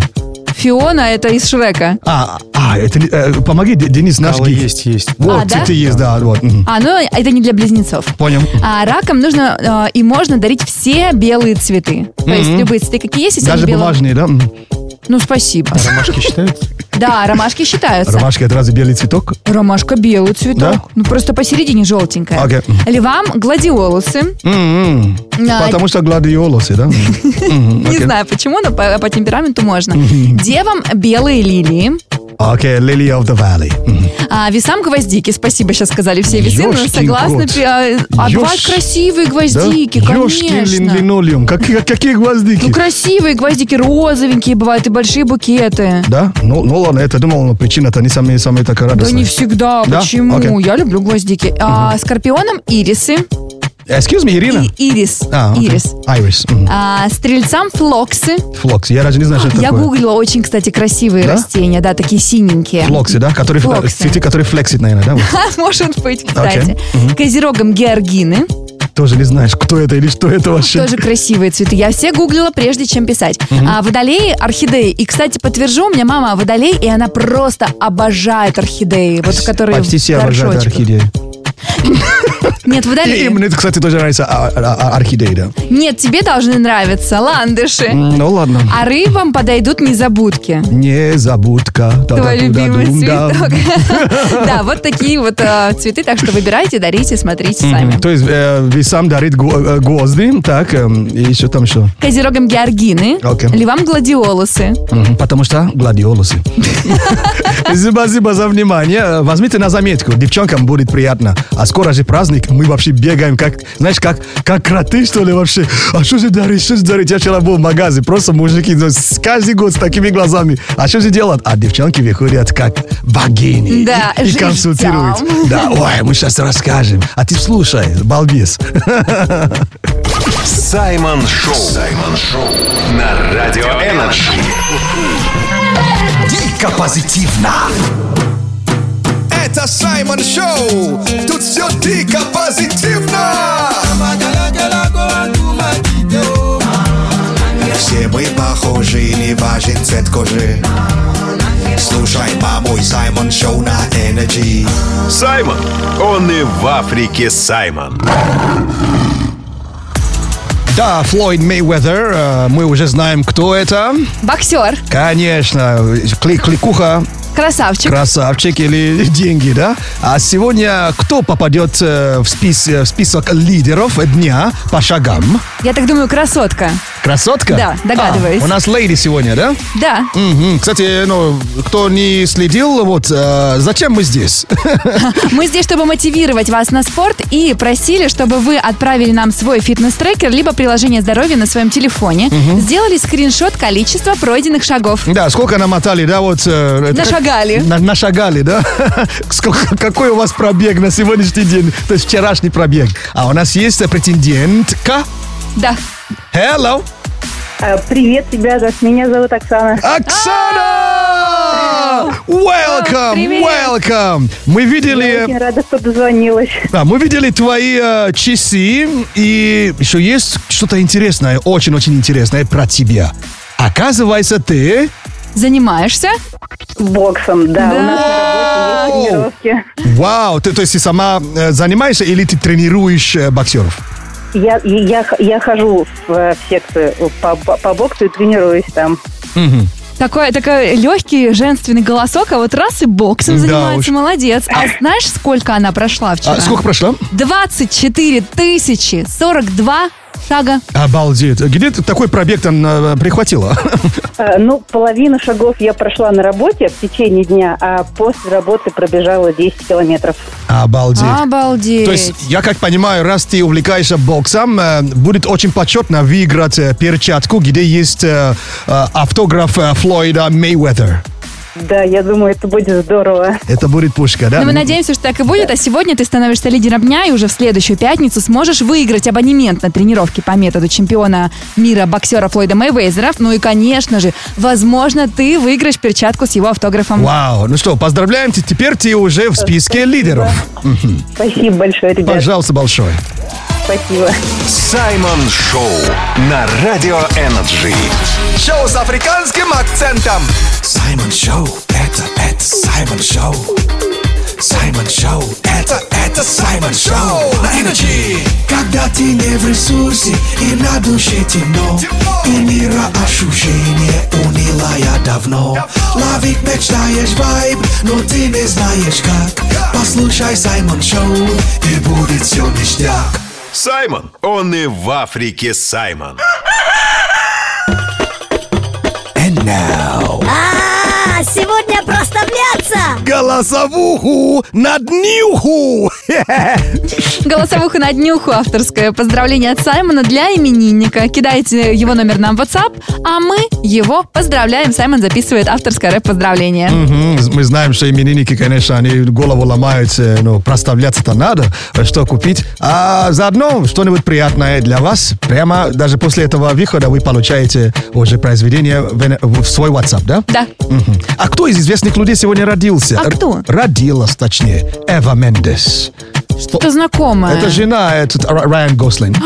Фиона это из Шрека.
А, а, это не- э, помоги, Д- Денис, наш
Кала
гик.
есть, есть.
Вот,
А, да?
цветы есть, да, вот. мгм.
А, ну это не для близнецов.
Понял.
А ракам нужно э, и можно дарить все белые цветы. То есть любые цветы, какие есть, если
Даже
они белые.
бумажные, да? М.
Ну, спасибо.
Ромашки считаются?
Да, ромашки считаются.
Ромашка, это разве белый цветок?
Ромашка белый цветок.
Да?
Ну, просто посередине желтенькая.
Окей.
Львам гладиолусы.
М-м.
А,
Потому что гладиолусы, да? М,
Не
окей.
знаю почему, но по, по темпераменту можно. Девам белые лилии.
Окей, Lily of the Valley. Мгм.
А, весам гвоздики. Спасибо, сейчас сказали все весы. но
Ёшкин
согласны.
кот.
пи- А, а бывают
Ёж-
красивые
Да?
гвоздики,
Ёшкин лин-
конечно.
линолеум. Как- как- Какие
Ну,
гвоздики?
красивые гвоздики, розовенькие бывают и большие букеты.
Да? Ну, ну ладно, это думал, но причина-то не самая, самая такая
Да
радостная.
не всегда.
Да?
Почему?
Окей.
Я люблю гвоздики. А, скорпионам ирисы.
Excuse me, Ирина?
И ирис.
А, окей.
Ирис.
Iris. мгм.
А, стрельцам флоксы.
Флокс. Я даже не знаю, что это
Я
такое.
гуглила очень, кстати, красивые
Да?
растения, да, такие синенькие.
Флоксы, да? Которые,
Флоксы.
Цветы, которые флексит, наверное, да? вот?
Может быть, кстати.
Окей.
Козерогам георгины.
Тоже не знаешь, кто это или что это вообще.
Тоже красивые цветы. Я все гуглила, прежде чем писать. А, водолеи, орхидеи. И, кстати, подтвержу, у меня мама водолей, и она просто обожает орхидеи. Вот которые
Почти
в
все обожают
горшочках.
орхидеи.
Нет,
И
водолеи.
им, кстати, тоже нравится а- а- а- орхидеи, да.
Нет, тебе должны нравиться ландыши.
М, Ну ладно.
А рыбам подойдут незабудки.
Незабудка.
Твой любимый
Та-да-ду-да-дум-дам.
цветок. Да, вот такие вот э, цветы, так что выбирайте, дарите, смотрите сами.
То есть э, весам дарит гу- э, гвозди, так, эм, и еще там что?
Козерогам георгины,
Окей.
львам гладиолусы.
Мгм, Потому что гладиолусы. Спасибо за внимание. Возьмите на заметку, девчонкам будет приятно. А скоро же праздник, мы вообще бегаем, как, знаешь, как, как кроты, что ли, вообще. А что же дарить, что же дарить? Я вчера был в магазе, просто мужики, ну, с- каждый год с такими глазами. А что же делают? А девчонки выходят как богини.
Да,
и
жить
консультируют.
там.
Да, ой, мы сейчас расскажем. А ты слушай, балбес.
Саймон Шоу. Саймон Шоу на Радио Энерджи.
Дико позитивно. Это Саймон Шоу. Тут все дико позитивно. Все мы похожи, не важен цвет кожи. Слушай, мамой Саймон Шоу на Energy.
Саймон. Он и в Африке Саймон.
Да, Флойд Мейвезер, э, мы уже знаем, кто это.
Боксер,
Конечно, кли- кликуха,
красавчик.
красавчик или деньги, да? А сегодня кто попадет э, в, спис- э, в список лидеров дня по шагам?
Я так думаю, красотка.
Красотка?
Да, догадываюсь.
А, у нас леди сегодня, да?
Да.
Мгм. Кстати, ну, кто не следил, вот э, зачем мы здесь?
Мы здесь, чтобы мотивировать вас на спорт и просили, чтобы вы отправили нам свой фитнес-трекер либо приложение здоровья на своем телефоне, сделали скриншот количества пройденных шагов.
Да, сколько намотали, да, вот... э, это как-
Нашагали.
На- нашагали, да? Сколько- какой у вас пробег на сегодняшний день? То есть вчерашний пробег. А у нас есть э, претендентка.
Да.
Hello,
Э, Привет, ребята. Меня зовут Оксана.
Оксана! Welcome,
Привет.
welcome. Мы видели,
Я рада, что дозвонилась.
да, мы видели твои э, часы и еще есть что-то интересное, очень-очень интересное про тебя. Оказывается, ты
Занимаешься?
Боксом, да. У нас
Вау!
есть тренировки.
Вау, ты то есть ты сама э, занимаешься или ты тренируешь э, боксеров?
Я, я, я хожу в, э, в секцию по, по- по боксу и тренируюсь там.
Такой, такой легкий женственный голосок, а вот раз и боксом
Да
занимается,
уж.
молодец. А знаешь, сколько она прошла вчера?
А сколько прошло?
24 тысячи 42 шага.
Обалдеть. Где ты такой пробег там э, прихватила?
Э, Ну, половину шагов я прошла на работе в течение дня, а после работы пробежала 10 километров.
А,
Обалдеть.
Обалдеть.
То есть, я как понимаю, раз ты увлекаешься боксом, э, будет очень почетно выиграть э, перчатку, где есть э, э, автограф э, Флойда Мейвезера.
Да, я думаю, это будет здорово.
Это будет пушка, да?
Но Ну, мы надеемся, что так и будет. А сегодня ты становишься лидером дня и уже в следующую пятницу сможешь выиграть абонемент на тренировки по методу чемпиона мира боксера Флойда Мэйвезера. Ну и, конечно же, возможно, ты выиграешь перчатку с его автографом.
Вау, ну что, поздравляем тебя, теперь ты уже в списке лидеров.
Спасибо большое, ребят.
Пожалуйста, большое.
Спасибо.
Саймон Шоу на Радио Энерджи.
Шоу с африканским акцентом. Саймон Шоу, это, это Саймон Шоу. Саймон Шоу, это, это Саймон Шоу. На Energy. Когда ты не в ресурсе и на душе темно, и мира ощущение унила я давно. Ловить мечтаешь вайб, но ты не знаешь как. Послушай Саймон Шоу, и будет все ништяк.
Саймон, он и в Африке Саймон.
And now...
А сегодня проставляться!
Голосовуху на днюху!
Голосовуха на днюху авторское. Поздравление от Саймона для именинника. Кидайте его номер нам в WhatsApp, а мы его поздравляем. Саймон записывает авторское рэп-поздравление.
Мгм, Мы знаем, что именинники, конечно, они голову ломают, э, но проставляться-то надо, э, что купить. А заодно что-нибудь приятное для вас. Прямо даже после этого выхода вы получаете уже произведение в, эн- в свой WhatsApp, да?
Да.
Мгм. А кто из известных людей сегодня родился?
А
Р-
кто?
Родилась, точнее, Эва Мендес.
Это знакомое.
Это жена этот, Ра- Райан Гослинг.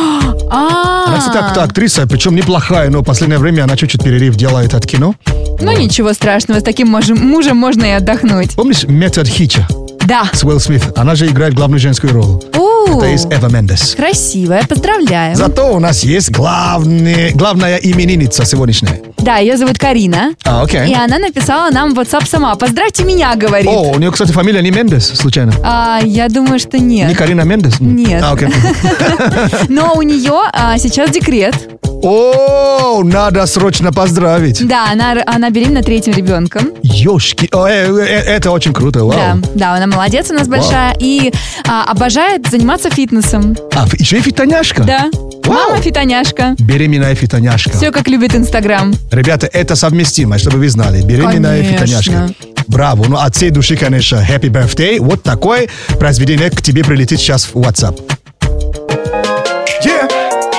А,
Она, кстати, акт- актриса, причем неплохая, но в последнее время она чуть-чуть перерыв делает от кино.
ну ничего страшного, с таким можем- мужем можно и отдохнуть.
Помнишь метод Хича?
Да.
с Уилл Смит. Она же играет главную женскую роль.
У,
Это из Эва Мендес.
Красивая, поздравляем.
Зато у нас есть главный, главная именинница сегодняшняя.
Да, ее зовут Карина.
А, окей.
И она написала нам в WhatsApp сама. Поздравьте меня, говорит.
О, у нее, кстати, фамилия не Мендес, случайно.
А, я думаю, что нет.
Не Карина Мендес?
Нет.
А, окей.
Но у нее а, сейчас декрет.
О, надо срочно поздравить.
Да, она, она беременна третьим ребенком.
Ёшки. О, э, э, это очень круто, вау.
Да, да, она молодец у нас большая. И а, обожает заниматься фитнесом.
А, еще и фитоняшка.
Да.
Вау.
Мама фитоняшка.
Беременная фитоняшка.
Все как любит Инстаграм.
Ребята, это совместимо, чтобы вы знали. Беременная
Конечно.
фитоняшка. Браво. Ну, от всей души, конечно, happy birthday. Вот такое произведение к тебе прилетит сейчас в WhatsApp.
Yeah!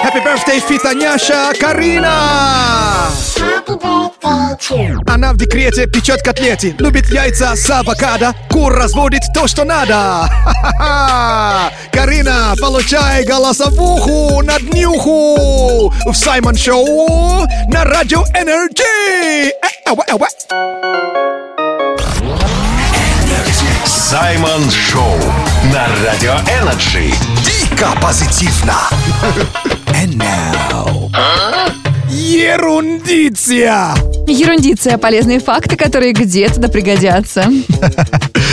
Happy birthday, фитоняша Карина! Она в декрете печет котлеты, любит яйца с авокадо, кур разводит то, что надо. Ха-ха-ха! Карина, получай голосовуху на днюху в Саймон Шоу на Радио Энерджи. Э, ауэ, ауэ.
Саймон Шоу на Радио Энерджи.
Дико позитивно. And now... Ерундиция!
Ерундиция, полезные факты, которые где-то да пригодятся.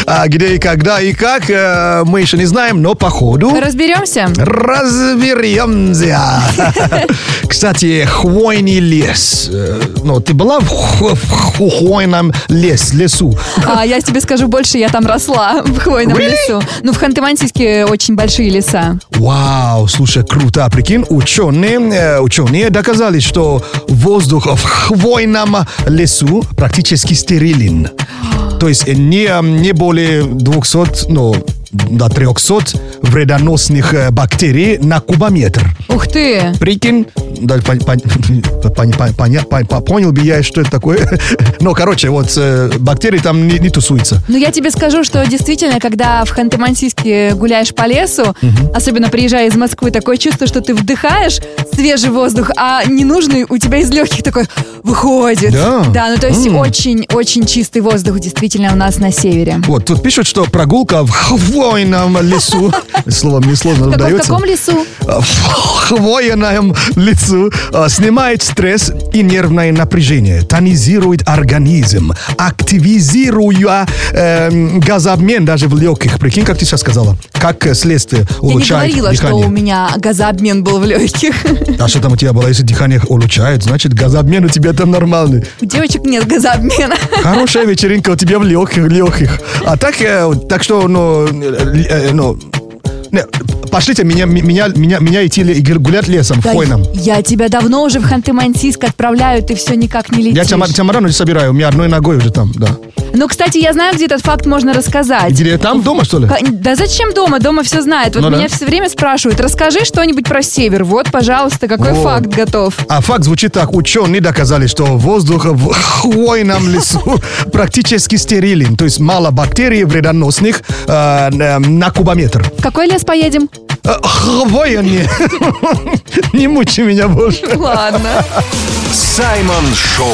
А где и когда и как, э, мы еще не знаем, но по ходу
Разберемся?
разберемся. Кстати, хвойный лес. Э, Ну, ты была в, хво- в хво- хвойном лес, лесу?
А, я тебе скажу больше, я там росла в хвойном
Really?
лесу. Ну, в Ханты-Мансийске очень большие леса.
Вау, слушай, круто. А Прикинь, ученые, э, ученые доказали, что воздух в хвойном лесу практически стерилен. То есть э, не, э, не более 200, ну, до 300 вредоносных э, бактерий на кубометр.
Ух ты!
Прикинь, да, пон- пон- пон- пон- поня- пон- пон- понял бы я, что это такое. Но, короче, вот э, бактерии там не, не тусуются.
Ну, я тебе скажу, что действительно, когда в Ханты-Мансийске гуляешь по лесу, особенно приезжая из Москвы, такое чувство, что ты вдыхаешь свежий воздух, а ненужный у тебя из легких такой выходит.
Да?
ну то есть
М.
очень-очень чистый воздух действительно у нас на севере.
Вот, тут пишут, что прогулка в хвойном лесу. Словом, мне сложно
В каком, в
дается.
каком лесу?
в хвойном лицу, а, снимает стресс и нервное напряжение, тонизирует организм, активизируя эм, газообмен даже в легких. Прикинь, как ты сейчас сказала, как э, следствие
Я не
улучшает
говорила, что
дыхание.
у меня газообмен был в легких.
А что там у тебя было? Если дыхание улучшает, значит газообмен у тебя там нормальный.
У девочек нет газообмена.
Хорошая вечеринка у тебя в легких, легких. А так, э, так что, ну, э, э, ну, не, пошлите меня, меня, меня, меня идти ле- гулять лесом, в
Да
хвойном.
Я тебя давно уже в Ханты-Мансийск отправляю, ты все никак не летишь.
Я чема- чемодан уже собираю, у меня одной ногой уже там, да.
Ну, кстати, я знаю, где этот факт можно рассказать.
Где там дома, что ли?
Ка- Да зачем дома? Дома все знает. Вот
Ну да.
меня все время спрашивают, расскажи что-нибудь про север. Вот, пожалуйста, какой
Вот.
факт готов.
А факт звучит так. Ученые доказали, что воздух в хвойном лесу практически стерилен. То есть мало бактерий вредоносных э, э, на кубометр.
В какой лес поедем?
Э, Хвойный. Не мучи меня больше.
Ладно.
Саймон Шоу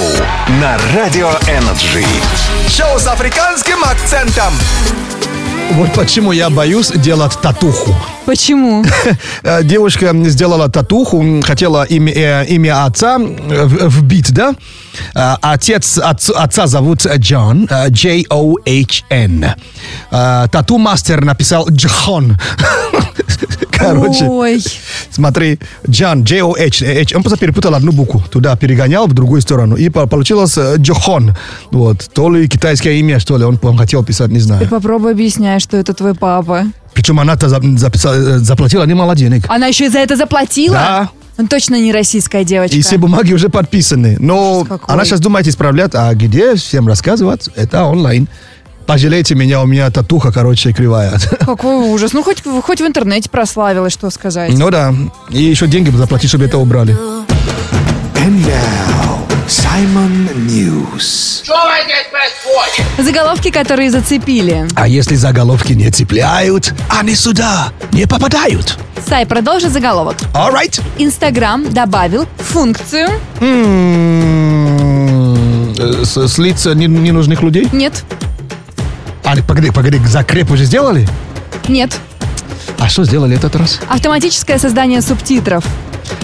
на Радио Энерджи.
Шоу с африканским акцентом.
Вот почему я боюсь делать татуху.
Почему?
Э, Девушка сделала татуху, м, хотела имя, э, имя отца э, в- вбить, да? Э, Отец отц- отца зовут э, Джон, э, J-O-H-N. Э, Тату-мастер написал Джон. Короче,
Ой.
смотри, Джон, J-O-H, э, H. он просто перепутал одну букву, туда перегонял, в другую сторону, и по- получилось э, Джохон. Вот, то ли китайское имя, что ли, он, по-моему, хотел писать, не
Ты
знаю.
попробуй объясняй, что это твой папа.
Причем она-то за- записала- э, заплатила немало денег.
Она еще и за это заплатила?
Да.
Он точно не российская девочка.
И все бумаги уже подписаны. Но
Ужас какой.
она сейчас думает исправлять, а где всем рассказывать? Это онлайн. Пожалейте меня, у меня татуха, короче, кривая.
Какой ужас. Ну, хоть, хоть в интернете прославилась, что сказать.
Ну да, и еще деньги бы заплатить, чтобы это убрали.
And now, Simon News.
Заголовки, которые зацепили.
А если заголовки не цепляют, они сюда А, не попадают.
Сай, продолжи заголовок.
All right.
Инстаграм добавил функцию.
М, э, с- Слить э, не- ненужных людей?
Нет,
А, погоди, погоди, закреп уже сделали?
нет.
А что сделали этот раз?
Автоматическое создание субтитров.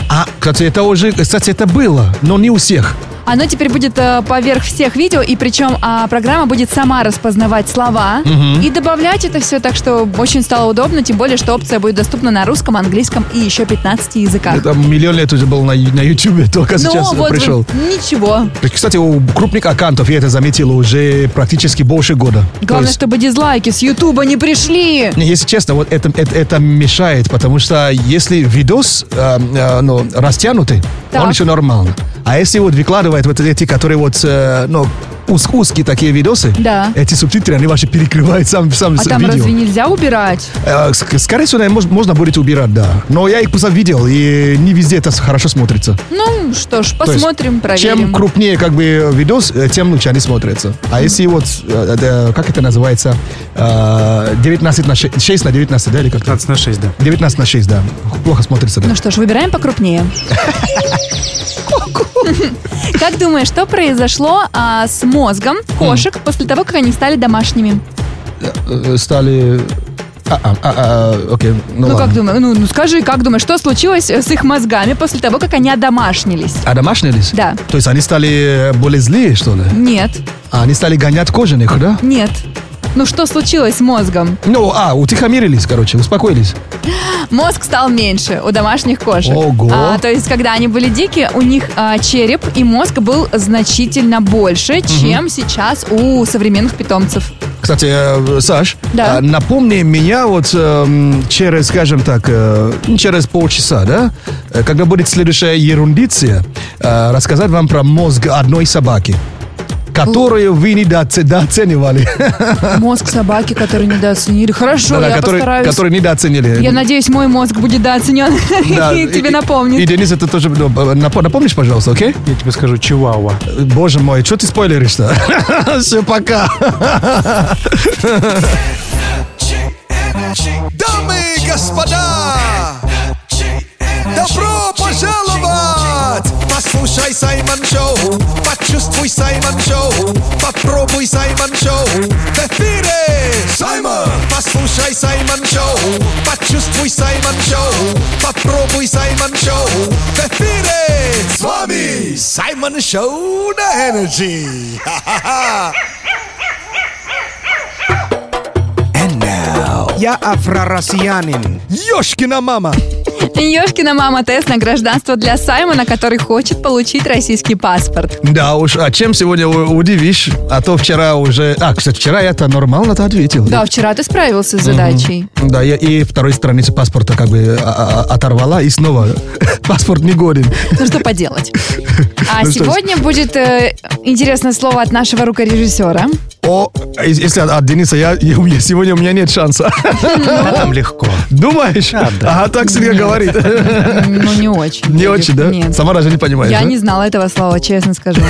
А, кстати, это уже, кстати, это было, но не у всех.
Оно теперь будет э, поверх всех видео, и причем а, программа будет сама распознавать слова и добавлять это все, так что очень стало удобно, тем более, что опция будет доступна на русском, английском и еще 15 языках.
Это миллион лет уже был на, на YouTube, только сейчас
Ну, вот,
пришел.
вот, ничего.
Кстати, у крупных аккаунтов я это заметил уже практически больше года. То
Главное,
есть,
чтобы дизлайки с Ютуба не пришли.
не, Если честно, вот это, это, это мешает, потому что если видос э, э, ну, растянутый,
Так.
он еще нормально. А если вот выкладывает вот эти, которые вот, э, ну, уз- узкие такие видосы,
Да.
эти субтитры, они вообще перекрывают сам, сам
А
с-
там
Э, видео.
разве нельзя убирать?
Э, ск- Скорее всего, наверное, мож- можно будет убирать, да. Но я их просто видел, и не везде это с- хорошо смотрится.
Ну что ж,
То есть,
посмотрим, проверим.
Чем крупнее как бы видос, э, тем лучше они смотрятся. А если вот, э, это, как это называется, э, 19 на 6, 6 на 19, да, или как то
15 на 6, да.
19 на 6, да. Плохо смотрится, да.
Ну что ж, выбираем покрупнее. Как думаешь, что произошло а, с мозгом кошек после того, как они стали домашними?
Э, э, Стали... А, а, а, а, окей, ну,
Ну, как
ладно.
думаешь? Ну, ну, скажи, как думаешь, что случилось э, с их мозгами после того, как они одомашнились?
А домашнились?
Да.
То есть они стали э, более злые, что ли?
Нет,
А они стали гонять кожаных, да?
нет. Ну что случилось с мозгом?
Ну, а, утихомирились, короче, успокоились.
Мозг стал меньше у домашних кошек.
Ого.
А, то есть, когда они были дикие, у них а, череп и мозг был значительно больше, чем сейчас у современных питомцев.
Кстати, э, Саш,
Да.
э, напомни меня вот эм, через, скажем так, э, ну, через полчаса, да, э, когда будет следующая ерундиция, э, рассказать вам про мозг одной собаки. которую вы недооценивали.
Мозг собаки, который недооценили. Хорошо, я постараюсь.
Которые недооценили.
Я надеюсь, мой мозг будет дооценен
Да,
и тебе
И
напомнит.
Денис, это тоже ну, нап- напомнишь, пожалуйста, окей?
Я тебе скажу, Чивауа.
Боже мой, что ты спойлеришь-то? Все, пока.
Дамы и господа, добро пожаловать! Послушай Саймон Шоу, почувствуй Саймон Шоу, попробуй Саймон Шоу в эфире! Саймон! Послушай Саймон Шоу, почувствуй Саймон Шоу, попробуй Саймон Шоу в эфире! С вами Саймон Шоу на Energy! Ха-ха-ха!
Я афро-россиянин.
Ёшкина мама.
Ёшкина мама тест на гражданство для Саймона, который хочет получить российский паспорт.
Да уж, а чем сегодня у- удивишь? А то вчера уже... А, кстати, вчера я-то нормально-то ответил.
Да, вчера ты справился с задачей.
Да, я и второй страницы паспорта как бы а- а- оторвала, и снова паспорт не годен.
Ну что поделать. А
Ну что ж.
сегодня будет э, интересное слово от нашего рукорежиссера.
О, э, если от, от Дениса, я, я- у меня- сегодня у меня нет шанса.
Да там легко.
Думаешь?
Да, да.
Ага, так Сергей говорит.
Ну, не очень.
Не
Юлик,
очень, да?
Нет.
Сама даже не понимаешь,
Я
да?
не знала этого слова, честно скажу.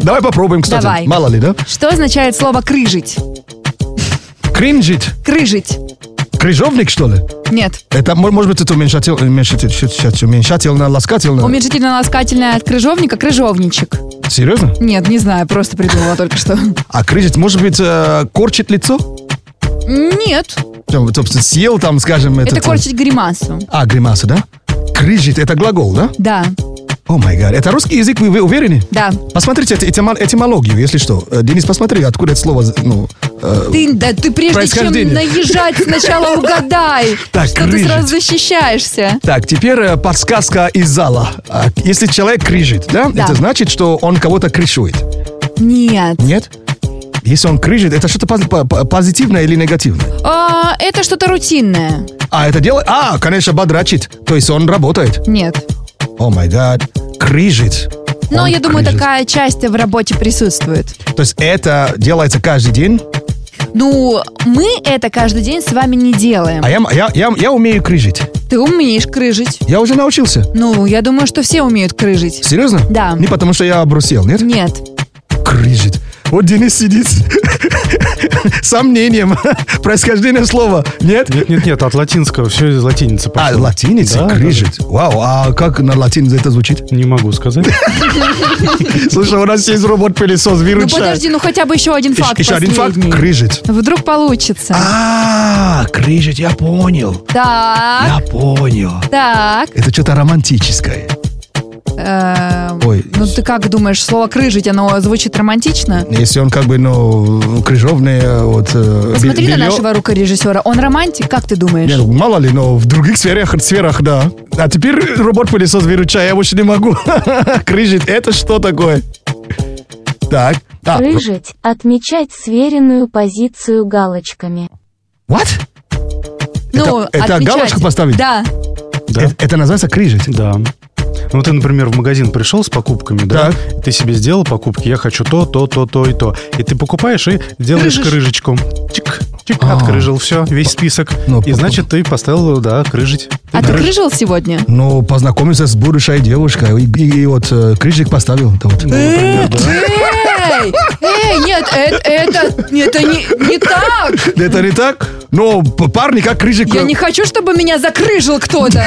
Давай попробуем, кстати.
Давай.
Мало ли, да?
Что означает слово «крыжить»?
Кринжить.
Крыжить.
Крыжовник, что ли?
Нет.
Это, мо- может быть, это уменьшатель, уменьшатель, щас- щас, уменьшательно, ласкательно?
Уменьшительно-ласкательное от крыжовника – крыжовничек.
Серьезно?
Нет, не знаю, просто придумала только что.
А крыжить, может быть, э, корчит лицо?
Нет,
Там, вот, собственно, съел там, скажем, этот...
это
э,
корчить гримасу.
А, гримаса, да? Крыжит, это глагол, да?
Да,
О май гад, это русский язык, вы, вы уверены?
да.
Посмотрите эти- этимо- этимологию, если что. Э, Денис, посмотри, откуда это слово, ну... э,
Ты, да, ты прежде чем
Происхождение.
наезжать, сначала угадай,
Так,
что ты
крыжить.
сразу защищаешься.
Так, теперь э, подсказка из зала. А, Если человек крыжит, да,
Да.
это значит, что он кого-то крышует.
Нет.
Нет? Если он крыжит, это что-то поз- по- по- позитивное или негативное?
А, это что-то рутинное.
А это дело... А, конечно, бодрачит. То есть он работает.
Нет.
О май гад. Крыжит.
Но
Он
Ну, я думаю,
крыжит.
такая часть в работе присутствует.
То есть это делается каждый день,
Ну, мы это каждый день с вами не делаем.
а я, я, я, я умею крыжить.
Ты умеешь крыжить.
Я уже научился.
Ну, я думаю, что все умеют крыжить.
Серьезно?
Да.
Не потому, что я обрусел, нет?
Нет.
Крыжит. Вот Денис сидит с сомнением происхождение слова. Нет?
Нет-нет-нет, от латинского, все из латиницы
А,
пошло.
латиница,
Да, да, да.
крыжит. Вау, а как на латинице это
А,
звучит?
Не могу сказать.
Слушай, у нас есть робот-пылесос,
Ну
выручай.
подожди, ну хотя бы еще один
Ещё-
факт
Еще один факт,
последний.
крыжит.
Вдруг получится.
А, крыжит, я понял,
Так,
я понял.
так.
Это что-то романтическое.
э,
Ой.
Ну ты как думаешь, слово крыжить, оно звучит романтично?
Если он как бы, ну, крыжовный, вот... э,
Посмотри
бельё-
на нашего рукорежиссера. Он романтик, как ты думаешь?
Не, ну, мало ли, но в других сферах, сферах, да. А теперь робот-пылесос выручай, я больше не могу. Крыжит, это что такое? Так. А,
Рыжить – отмечать сверенную позицию галочками.
what?
ну,
это- это
отмечать.
галочку поставить?
Да.
Да?
Это, это называется крыжит.
Да. Ну, ты, например, в магазин пришел с покупками, да? Ты себе сделал покупки, я хочу то, то, то, то и то. И ты покупаешь и делаешь
Крыжишь.
крыжечку. Чик, чик,
А.
открыжил все, весь список.
Ну,
И значит, ты поставил, да, крыжить.
А ты крыжил сегодня?
Ну, познакомился с будущей девушкой и, и- и вот э, крыжик поставил. Это вот.
Эй! Эй, нет, это, это, это не, не так.
Это не так? Но п- парни как крыжик...
Я
э,
не хочу, чтобы меня закрыжил кто-то.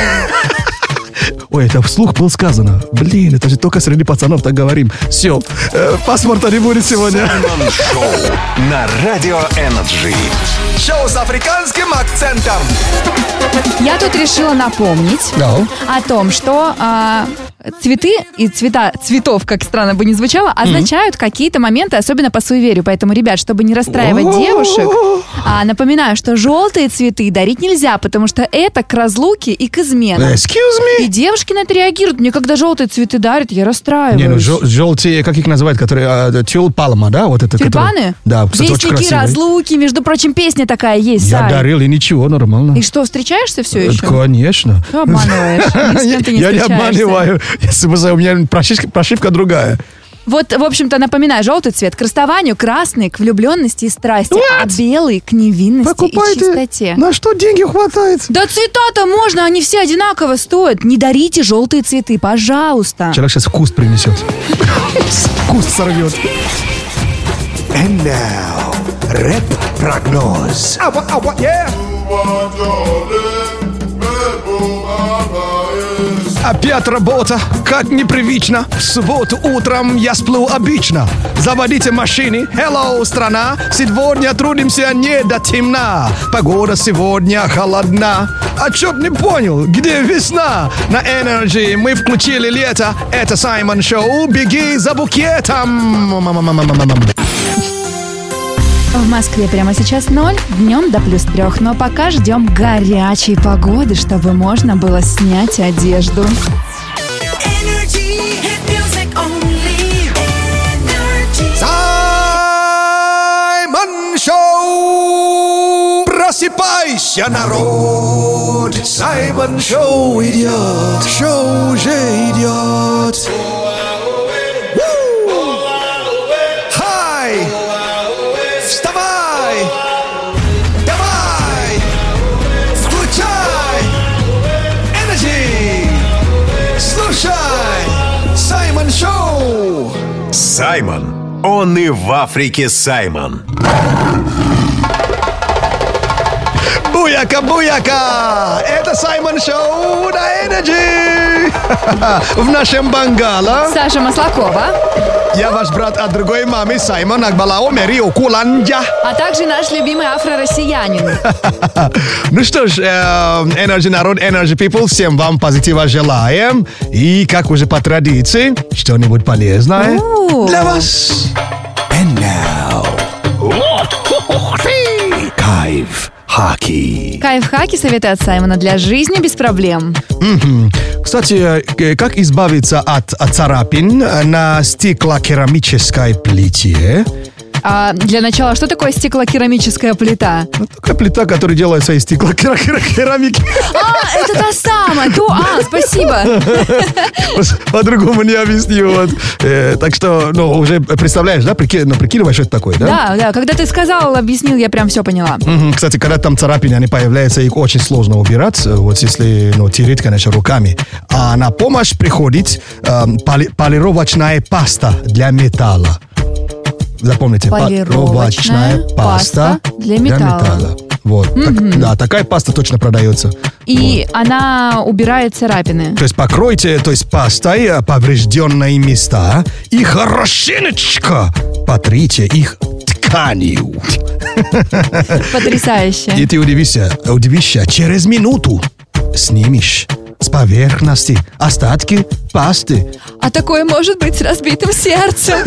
Ой, это вслух было сказано. Блин, это же только среди пацанов так говорим. Все, паспорта не будет сегодня.
Саймон Шоу на Радио Энерджи.
Шоу с африканским акцентом!
Я тут решила напомнить
Да.
о том, что а, цветы и цвета цветов, как странно бы ни звучало, означают какие-то моменты, особенно по суеверию. Поэтому, ребят, чтобы не расстраивать девушек, а, напоминаю, что желтые цветы дарить нельзя, потому что это к разлуке и к изменам.
Excuse me.
И девушки на это реагируют. Мне когда желтые цветы дарят, я расстраиваюсь.
Не, ну жел- желтые, как их называют, которые э, тюл палма, да, вот это. которые-
Тюльпаны?
да, кстати, очень
Вестники
красивые.
разлуки, между прочим, песня такая есть,
Я
Сань.
дарил и ничего, нормально.
И что, встречаешься все
Э,
еще?
Конечно.
Ты обманываешь. Ни с кем ты не
Я не
встречаешься.
обманываю. Если бы за- у меня прошивка, прошивка другая.
Вот, в общем-то, напоминаю, желтый цвет к расставанию, красный к влюбленности и страсти, а белый к невинности и чистоте.
На что деньги хватает?
Да цвета-то можно, они все одинаково стоят. Не дарите желтые цветы, пожалуйста.
Человек сейчас вкус принесет. Вкус сорвет.
And now, рэп-прогноз.
Опять работа, как непривычно. В субботу утром я сплю обычно. Заводите машины, hello, страна. Сегодня трудимся не до темна. Погода сегодня холодна. А чё б не понял, где весна? На Energy мы включили лето. Это Саймон Шоу. Беги за букетом.
В Москве прямо сейчас ноль, днем до плюс трех, но пока ждем горячей погоды, чтобы можно было снять одежду.
Саймон Шоу! Просыпайся, народ! Саймон Шоу идет! Шоу уже идет! Ву! Хай! Вставай! Давай! Включай! Энерджи! Слушай! Саймон Шоу!
Саймон. Он и в Африке Саймон.
Буяка, буяка! Это Саймон Шоу на Energy! В нашем Бангала
Саша Маслакова,
я ваш брат от другой мамы Саймон Акбалао Мерио Куланджа.
а также наш любимый афро-россиянин.
Ну что ж, э, Energy народ, Energy people, всем вам позитива желаем. И, как уже по традиции, что-нибудь полезное
У.
для вас.
And now, Кайф Хаки.
Кайфхаки советы от Саймона для жизни без проблем.
Мгм. Кстати, э, к- как избавиться от, от царапин э, на стеклокерамической плите?
А для начала, что такое стеклокерамическая плита?
Ну, такая плита, которая делается из стеклокерамики.
А, это та самая, то, а, спасибо.
Просто По-другому не объясню. вот. Э, Так что, ну, уже представляешь, да, прики- ну, прикидываешь, что это такое, да?
Да, да, когда ты сказал, объяснил, я прям все поняла.
Мгм. Кстати, когда там царапины, они появляются, их очень сложно убирать, э, вот если, ну, тереть, конечно, руками. А на помощь приходит эм, поли- полировочная паста для металла. Запомните,
Полировочная паста для металла.
Вот, так- да, такая паста точно продается.
И она убирает царапины.
То есть покройте, то есть пастой э, поврежденные места и хорошенечко потрите их тканью. И
Потрясающе.
ты удивишься, удивишься, через минуту снимешь с поверхности остатки пасты.
А такое может быть с разбитым сердцем.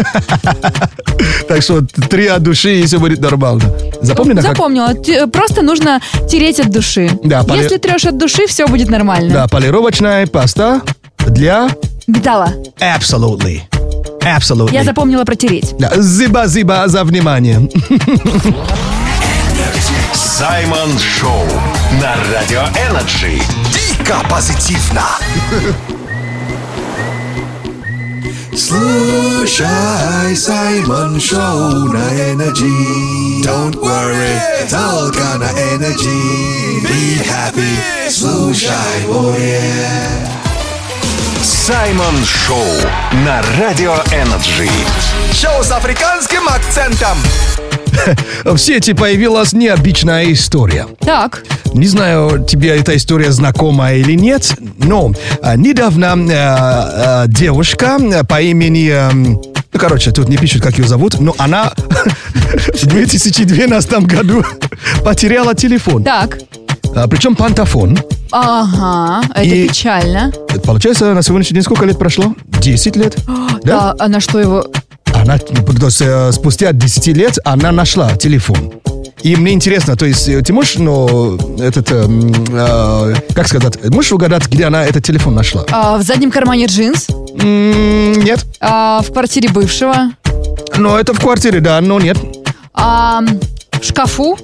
Так что три от души, и все будет нормально. Запомни, на как...
Запомнила. Т- Просто нужно тереть от души.
Да, поле-
Если трешь от души, все будет нормально.
Да, полировочная паста для...
Металла.
Absolutely. Absolutely.
Я запомнила протереть.
Да, Зиба-зиба за внимание.
Саймон Шоу на Радио Энерджи.
Дико позитивно. Слушай, Саймон Шоу на Energy. Don't worry, только на Energy. Be happy, слушай, oh yeah.
Саймон Шоу на Радио Энерджи.
Шоу с африканским акцентом.
В сети появилась необычная история.
Так.
Не знаю, тебе эта история знакома или нет, но а, недавно э, э, девушка э, по имени... э, ну, короче, тут не пишут, как ее зовут, но она в 2012 году потеряла телефон.
Так.
А, Причем пантофон.
Ага. Это
И-
печально.
Получается, на сегодняшний день сколько лет прошло? 10 лет. Да?
А, а на что его...
Она, ну, то есть, э, спустя 10 лет она нашла телефон. И мне интересно, то есть э, ты можешь, ну, этот, э, м, э, как сказать, можешь угадать, где она этот телефон нашла?
а, в заднем кармане джинс?
М, Нет.
а, в квартире бывшего?
Но это в квартире, да, но нет.
а, в шкафу?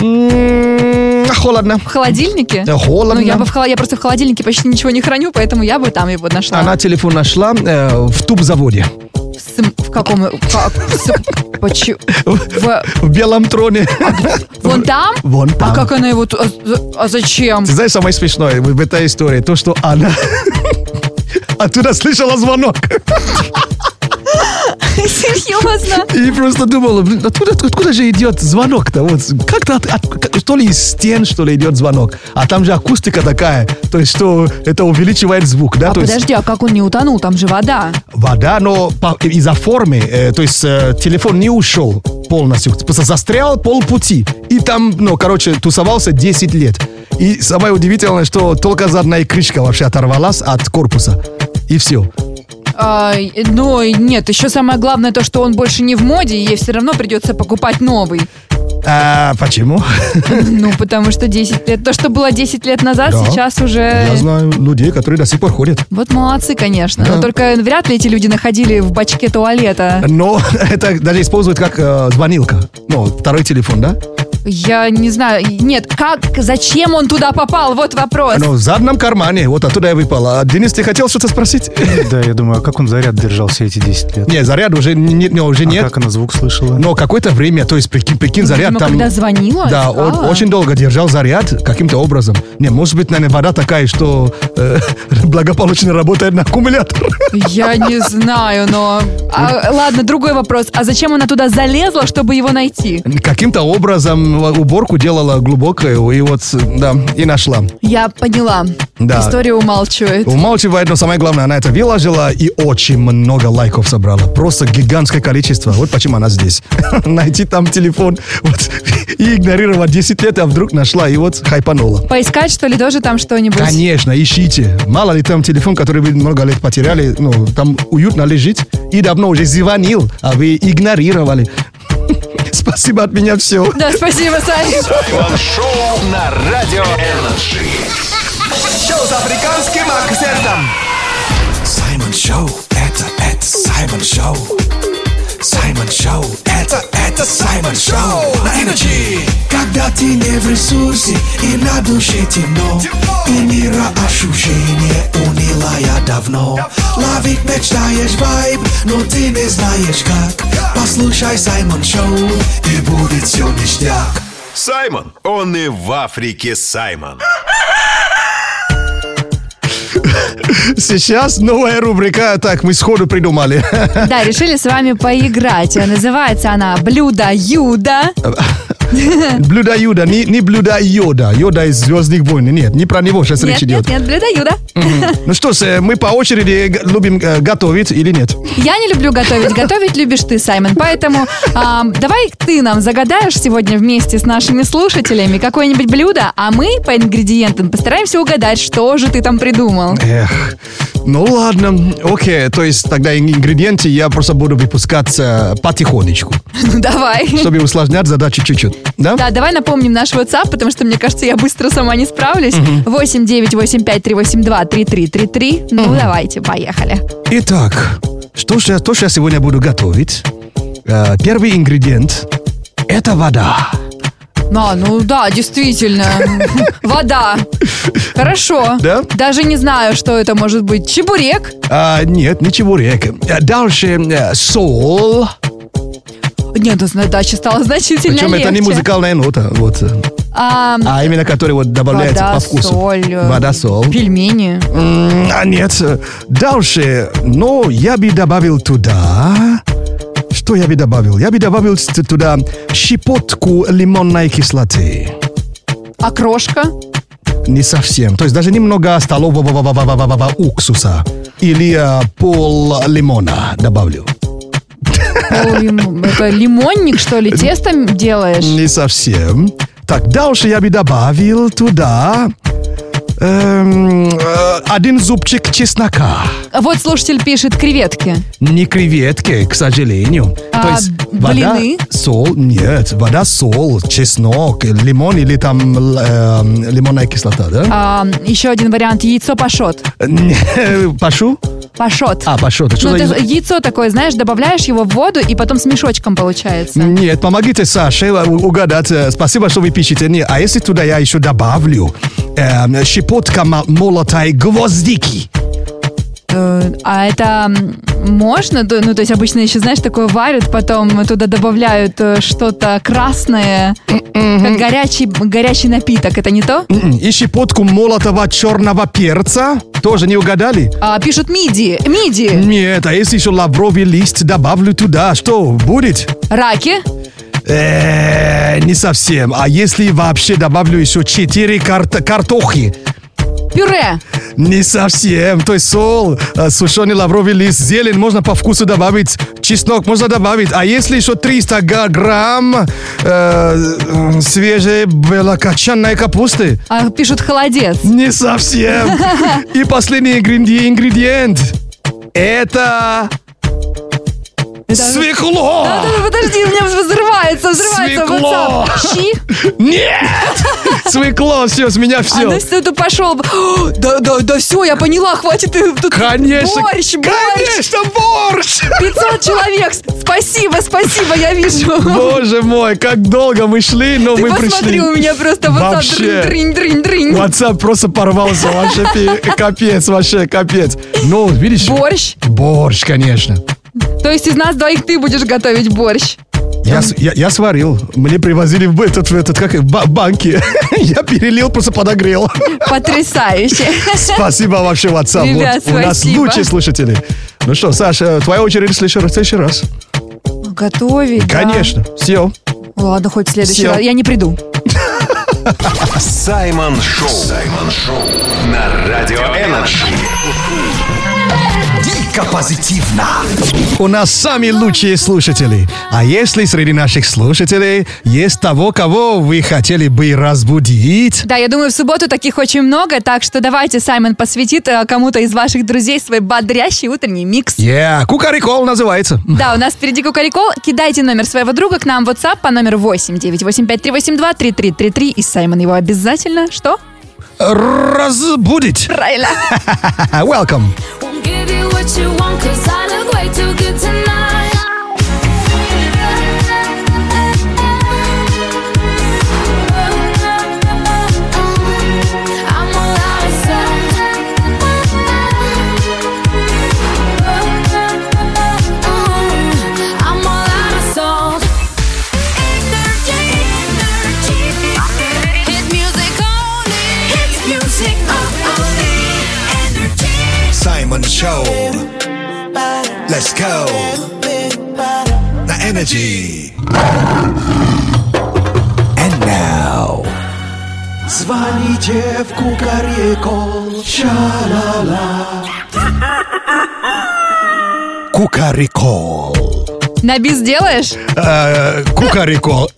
М, Холодно.
В холодильнике?
Да, холодно.
Ну, я, бы в холо- я просто в холодильнике почти ничего не храню, поэтому я бы там его нашла.
Она телефон нашла э, в тубзаводе.
В, см- в каком... в ка- в с- почему- в-
В белом троне.
вон там?
Вон там.
А как она его... ту- а за- А зачем?
Ты знаешь, самое смешное в в этой истории, то, что она оттуда слышала звонок.
Серьезно?
И просто думала, блин, откуда, откуда же идет звонок-то? Вот как-то, от- от- как- что ли из стен, что ли, идет звонок. А там же акустика такая, то есть, что это увеличивает звук, да?
А
то есть-
подожди, а как он не утонул? Там же вода.
вода, но по- из-за формы, э, то есть э, телефон не ушел полностью, просто застрял полпути. И там, ну, короче, тусовался 10 лет. И самое удивительное, что только задная крышка вообще оторвалась от корпуса. И все.
А, и- но и нет, еще самое главное то, что он больше не в моде, и ей все равно придется покупать новый.
А почему?
Ну, потому что 10 лет... То, что было 10 лет назад,
Да.
сейчас уже...
Я знаю людей, которые до сих пор ходят.
Вот молодцы, конечно. Но
Да. Э.
только э, вряд ли эти люди находили в бачке туалета.
Но это даже используют как э, звонилка. Ну, второй телефон, да?
Я не знаю. Нет, как, зачем он туда попал? Вот вопрос.
Но Ну, в задном кармане, вот оттуда и выпало. А, Денис, ты хотел что-то спросить?
Да, я думаю, а как он заряд держал все эти 10 лет?
Не, заряд уже нет, не, уже
А
нет.
как она звук слышала?
Но какое-то время, то есть, прикинь, прикинь,
Ну,
заряд
видимо,
там...
когда А, звонила,
Да,
искала.
он очень долго держал заряд каким-то образом. Не, может быть, наверное, вода такая, что э, благополучно работает на аккумулятор.
Я не знаю, но... А, ладно, другой вопрос. А зачем она туда залезла, чтобы его найти?
Каким-то образом э, уборку делала глубокую, и вот, да, и нашла.
Я поняла.
Да.
История умалчивает.
Умалчивает, но самое главное, она это выложила и очень много лайков собрала. Просто гигантское количество. Вот почему она здесь. Найти там телефон вот, и игнорировать 10 лет, а вдруг нашла и вот хайпанула.
Поискать, что ли, тоже там что-нибудь?
Конечно, ищите. Мало ли там телефон, который вы много лет потеряли, ну, там уютно лежит и давно уже звонил, а вы игнорировали. Спасибо от меня все.
Да, спасибо, Саня.
Саймон Шоу на Радио Энерджи.
Шоу с африканским акцентом. Саймон Шоу, это, это Саймон Шоу. Саймон Шоу, это, это Саймон Шоу. На Energy. Когда ты не в ресурсе и на душе темно, и мира ощущение унила я давно. Ловить мечтаешь вайб, но ты не знаешь как. Послушай Саймон Шоу, и будет все ништяк.
Саймон, он и в Африке Саймон.
Сейчас новая рубрика. Так, мы сходу придумали.
Да, решили с вами поиграть. Называется она «Блюдо Юда».
Блюда Юда, не, не блюда Йода. Йода из «Звездных войн». Нет, не про него сейчас
Нет,
речь
нет,
идет.
нет, «Блюдо Юда».
Ну что ж, э, мы по очереди г- любим э, готовить или нет?
Я не люблю готовить. Готовить любишь ты, Саймон. Поэтому ам, давай ты нам загадаешь сегодня вместе с нашими слушателями какое-нибудь блюдо, а мы по ингредиентам постараемся угадать, что же ты там придумал.
Эх, ну ладно, окей, то есть тогда ин- ингредиенты я просто буду выпускать э, потихонечку,
Ну, давай.
чтобы усложнять задачу чуть-чуть, да?
Да, давай напомним наш WhatsApp, потому что, мне кажется, я быстро сама не справлюсь. 8 9 8 5 3 8 2 3 3 3 3. Ну, давайте, поехали.
Итак, что ж, я- то, что я сегодня буду готовить, э, первый ингредиент – это вода.
А, ну да, действительно. Вода. Хорошо.
Да?
Даже не знаю, что это может быть. Чебурек.
А, нет, не чебурек. Э, Дальше э, сол,
Нет, ну, зна- дача стала значительно
причем это не
легче.
музыкальная нота, вот, э,
А,
а именно который вот добавляется
вода,
по вкусу.
соль. э,
Вода, сол.
Пельмени.
М, А нет, э, дальше. Но я бы добавил туда... Что я бы добавил? Я бы добавил ст- туда щепотку лимонной кислоты.
Окрошка.
Не совсем. То есть даже немного столового уксуса. Или э, пол лимона добавлю.
Пол Ну, лим- Это лимонник, что ли? Тесто м- делаешь?
Не совсем. Так, дальше я бы добавил туда... эм, э, один зубчик чеснока.
А Вот слушатель пишет креветки.
Не креветки, к сожалению.
А
То есть вода,
блины?
сол, нет, вода, сол, чеснок, лимон или там л- эм, лимонная кислота, да?
А, еще один вариант. Яйцо пашот.
Не, Пашу?
Пашот.
А, Пашу, ты что
А. Ну,
за...
это
из-
же яйцо такое, знаешь, добавляешь его в воду, и потом с мешочком получается.
Нет, помогите Саше у- угадать. Э, Спасибо, что вы пишете. Не, а если туда я еще добавлю эм, щепотка мо- молотой гвоздики?
Э, А это м, Можно, то- ну то есть обычно еще, знаешь, такое варят, потом туда добавляют э, что-то красное,
М-м-м.
как горячий, горячий напиток, это не то?
М-м, И щепотку молотого черного перца. Тоже не угадали?
А, пишут мидии, мидии,
Нет, а если еще лавровый лист добавлю туда, что будет?
раки,
Э, не совсем. А если вообще добавлю еще 4 картохи?
пюре.
Не совсем. То есть сол, э, сушеный лавровый лист, зелень можно по вкусу добавить, чеснок можно добавить. А если еще 300 га- грамм э, э, свежей белокочанной капусты?
А, пишут холодец.
Не совсем. И последний ингреди- ингредиент. Это... Свекло!
А, Да, ну, Подожди, у меня взрывается, взрывается
Свекло.
WhatsApp. Щи.
Нет! Свекло, все, с меня
А ну
все.
все, ты пошел. Да, да, да, все, я поняла, хватит. ты Тут
Конечно,
борщ, борщ.
конечно, борщ!
500 человек. Спасибо, спасибо, я вижу.
Боже мой, как долго мы шли, но
Ты
мы
посмотри,
пришли.
у меня просто вот
Вообще.
дрынь, дрынь, дрынь, дрынь.
WhatsApp просто порвался, вообще пи- капец, вообще капец. Ну, видишь,
Борщ.
борщ, конечно.
То есть из нас двоих ты будешь готовить борщ.
Я, с- я, я сварил, мне привозили в этот, в этот как ба- банки. Я перелил, просто подогрел.
Потрясающе.
Спасибо вообще, WhatsApp. Вот
Ребят,
у нас
спасибо.
лучшие слушатели. Ну что, Саша, твоя очередь в следующий раз- в следующий раз.
Готовить, да.
Конечно. Все.
Ладно, хоть в следующий
Всё.
раз. Я не приду.
Саймон Шоу. Саймон Шоу на Радио Энерджи.
Дико позитивно.
У нас самые лучшие слушатели. А если среди наших слушателей есть того, кого вы хотели бы разбудить?
Да, я думаю, в субботу таких очень много, так что давайте Саймон посвятит э, кому-то из ваших друзей свой бодрящий утренний микс.
Yeah, кукарикол называется.
Да, у нас впереди Кукарикол. Кидайте номер своего друга к нам в WhatsApp по номеру 8 3333 и Саймон его обязательно что?
Разбудить. Э,
Правильно.
Welcome.
Саймон Шоу. Let's go. На Energy. And now. Звоните в Кукарикол. Ша-ла-ла. Кукарикол.
На бис делаешь?
Э, Кукарикол.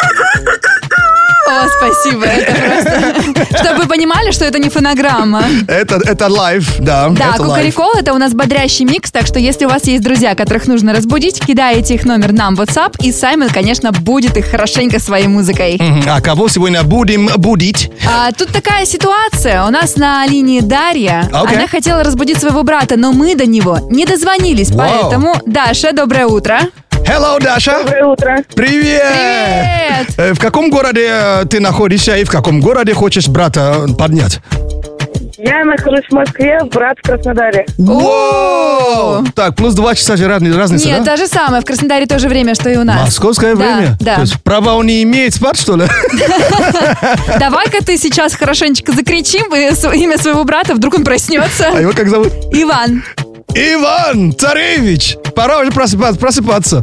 О, спасибо. Это просто... Чтобы вы понимали, что это не фонограмма.
Это, это лайв, да.
Да,
это лайв.
Кукарикол это у нас бодрящий микс, так что если у вас есть друзья, которых нужно разбудить, кидаете их номер нам в WhatsApp, и Саймон, конечно, будет их хорошенько своей музыкой.
Мгм. А кого сегодня будем будить?
А, тут такая ситуация. У нас на линии Дарья.
Окей.
Она хотела разбудить своего брата, но мы до него не дозвонились.
Вау.
Поэтому, Даша, доброе утро.
Hello, Даша.
Доброе утро.
Э. Привет.
Привет!
Э, В каком городе э, ты находишься и в каком городе хочешь брата э, поднять?
Я нахожусь в Москве, брат в Краснодаре.
Воу! Так, плюс два часа же разни- разница,
Нет,
да?
то же самое. В Краснодаре то же время, что и у нас.
Московское
Да,
время?
да.
То есть права он не имеет спать, что ли?
Давай-ка ты сейчас хорошенечко закричим э, с- имя своего брата, вдруг он
А
проснется.
его как зовут?
Иван,
Иван Царевич! Пора уже просыпаться. просыпаться.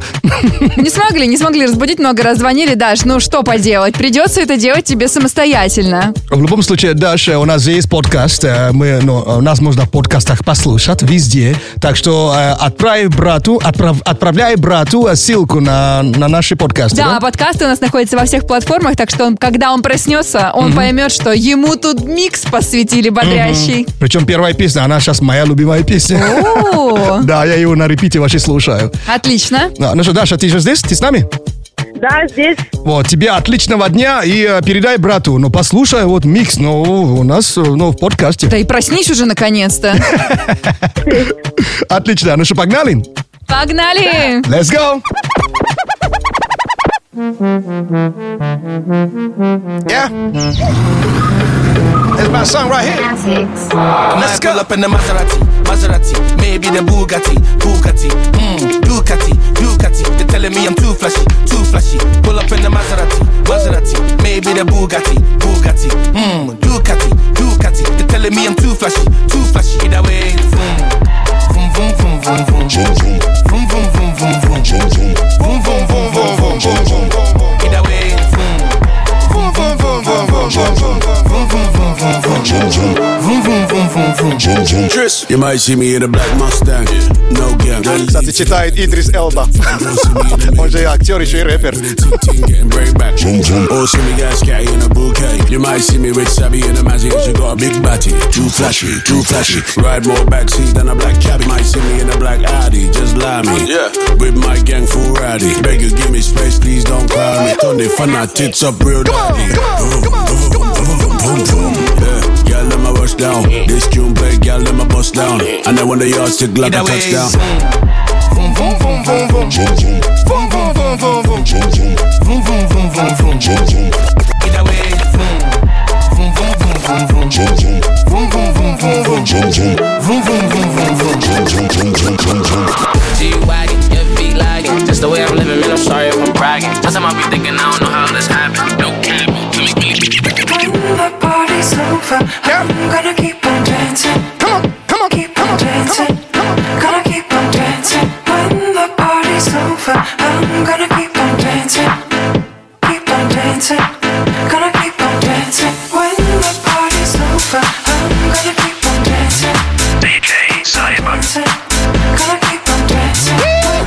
не смогли, не смогли разбудить, много раз звонили, Даш, ну что поделать, придется это делать тебе самостоятельно.
В любом случае, Даша, у нас же есть подкаст. э, Мы, ну, э, нас можно в подкастах послушать везде. Так что э, отправь брату, отправ- отправляй брату э, ссылку на, на наши подкасты.
Да, подкасты у нас находятся во всех платформах, так что он, когда он проснется, он поймет, что ему тут микс посвятили бодрящий.
Причем первая песня, она сейчас моя любимая песня.
О,
Да, я ее на репите вообще слушаю.
Отлично.
Да, Ну что, Даша, ты же здесь? Ты с нами?
Да, здесь.
Вот, тебе отличного дня и э, передай брату. Ну, послушай, вот микс, ну, у нас, э, ну, в подкасте.
Да и проснись уже наконец-то.
Отлично, ну что, погнали?
Погнали!
Let's go! Yeah.
It's my song right here. Let's go. up in the Maserati, Maserati, maybe the Bugatti, Bugatti, mm, Ducati, Ducati. They're telling me I'm too flashy, too flashy. Pull up in the Maserati, Maserati, maybe the Bugatti, Bugatti, mm, Ducati, Ducati. They're telling me I'm too flashy, too flashy. Either way, vroom, vroom, vroom, vroom, vroom, vroom, vroom, vroom, vroom, vroom, vroom, vroom, vroom, vroom, vroom, vroom, vroom, vroom, vroom. Either way, vroom, vroom, vroom, vroom, vroom, vroom, vroom, vroom.
You might see me in a black Mustang. No gang.
Кстати, читает Идрис Элба.
Он же и актер, еще и рэпер.
Getting break back. Or see me guys carry in a bouquet. You might see me with Savvy in a magic. She got a big batty. Too flashy, too flashy. Ride more backseat than a black cabbie. Might see me in a black Audi. Just lie me. Yeah. With my gang full rowdy. Beg you, give me space, please don't cry me. Turn the fun out, tits up real daddy. Boom, boom, yeah. Girl, let my rush down. This tune play, girl, let my bust down. And then when the yards stick like a
Either way,
touchdown.
Vroom, vroom, vroom, vroom, vroom. Vroom, vroom, vroom, vroom, vroom. Vroom, vroom, vroom, vroom, vroom. Either way, vroom. Vroom, vroom, vroom, vroom, vroom. Vroom, vroom, vroom, vroom, vroom. Vroom, vroom, vroom, vroom, vroom.
G-Wagon, your feet lagging. Just the way I'm living, man, I'm sorry if I'm bragging. Plus, I might be thinking, I don't know how this happened. No cap, let me really
When the party's over, I'm gonna keep on dancing. Come on, come on, keep on dancing. Gonna keep on dancing. When the party's over, I'm gonna keep on dancing. Keep on dancing. Gonna keep on dancing. When the party's over, I'm gonna keep on dancing. DJ Simon. Gonna keep on dancing.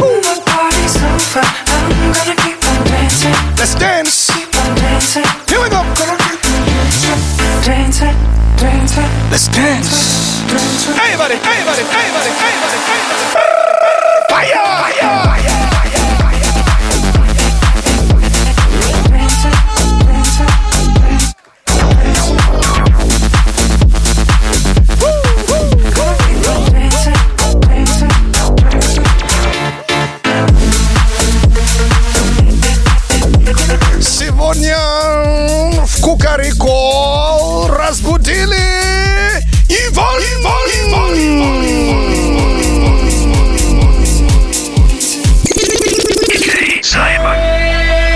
When the party's over, I'm gonna keep on dancing. Let's dance. Keep on dancing. Here we go. Gonna keep on dancing. Dancing, dancing.
Let's dance. Everybody, everybody, everybody, everybody, everybody. Fire! Fire!
Сегодня в Кукарикол разбудили Иван, Иван,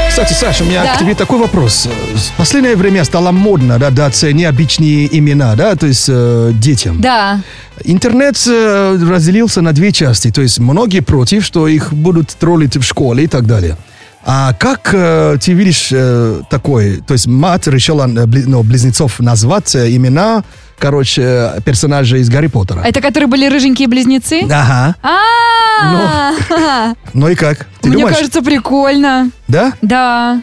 Кстати, Саша, у меня
Да.
к тебе такой вопрос. В последнее время стало модно да, дать необычные имена, да, то есть э, детям.
Да.
Интернет э, разделился на две части, то есть многие против, что их будут троллить в школе и так далее. А как э, ты видишь э, такое? То есть мать решила э, бли- ну, близнецов назвать э, имена, короче, э, персонажа из Гарри Поттера.
Это которые были рыженькие близнецы?
Ага.
А,
Ну и как? Ты
Мне
думаешь?
кажется, прикольно.
Да?
Да.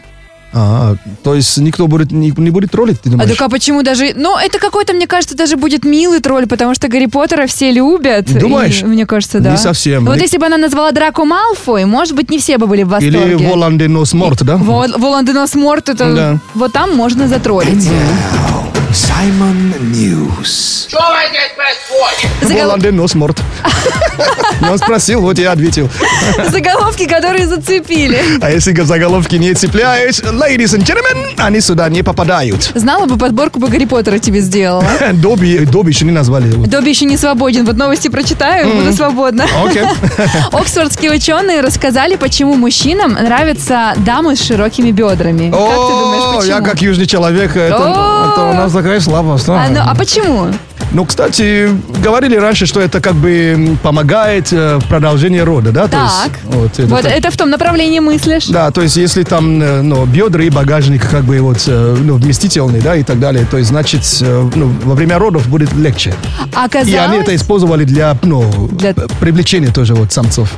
А, то есть никто будет, не, не будет троллить, ты
А
думаешь?
так а почему даже... Ну, это какой-то, мне кажется, даже будет милый тролль, потому что Гарри Поттера все любят.
Думаешь?
И, мне кажется, да.
Не совсем.
Вот
Мне-
если бы она назвала Драко Малфой, может быть, не все бы были в восторге.
Или Волан-де-Нос Морт, да?
Волан-де-Нос Морт, это...
Да.
Вот там можно затроллить.
Саймон Ньюс.
Что у вас здесь происходит?
Волан-де-Нос Морт. Но Он спросил, вот я ответил.
Заголовки, которые зацепили.
А если заголовки не цепляют, ladies and gentlemen, они сюда не попадают.
Знала бы подборку бы Гарри Поттера тебе сделала.
Добби, Добби еще не назвали.
Добби еще не свободен. Вот новости прочитаю, буду свободна.
Окей.
Оксфордские ученые рассказали, почему мужчинам нравятся дамы с широкими бедрами. Как ты думаешь,
О,
почему?
я как южный человек, это,
О.
это у нас такая слава.
А, ну, а почему?
Ну, кстати, говорили раньше, что это как бы м, помогает э, в продолжении рода, да? То есть,
Так.
вот, это
Вот
так.
это в том направлении мыслишь.
Да, то есть если там, э, ну, бедра и багажник как бы вот, э, ну, вместительный, да, и так далее, то есть, значит, э, ну, во время родов будет легче.
Оказалось...
И они это использовали для, ну, п- привлечения тоже вот самцов.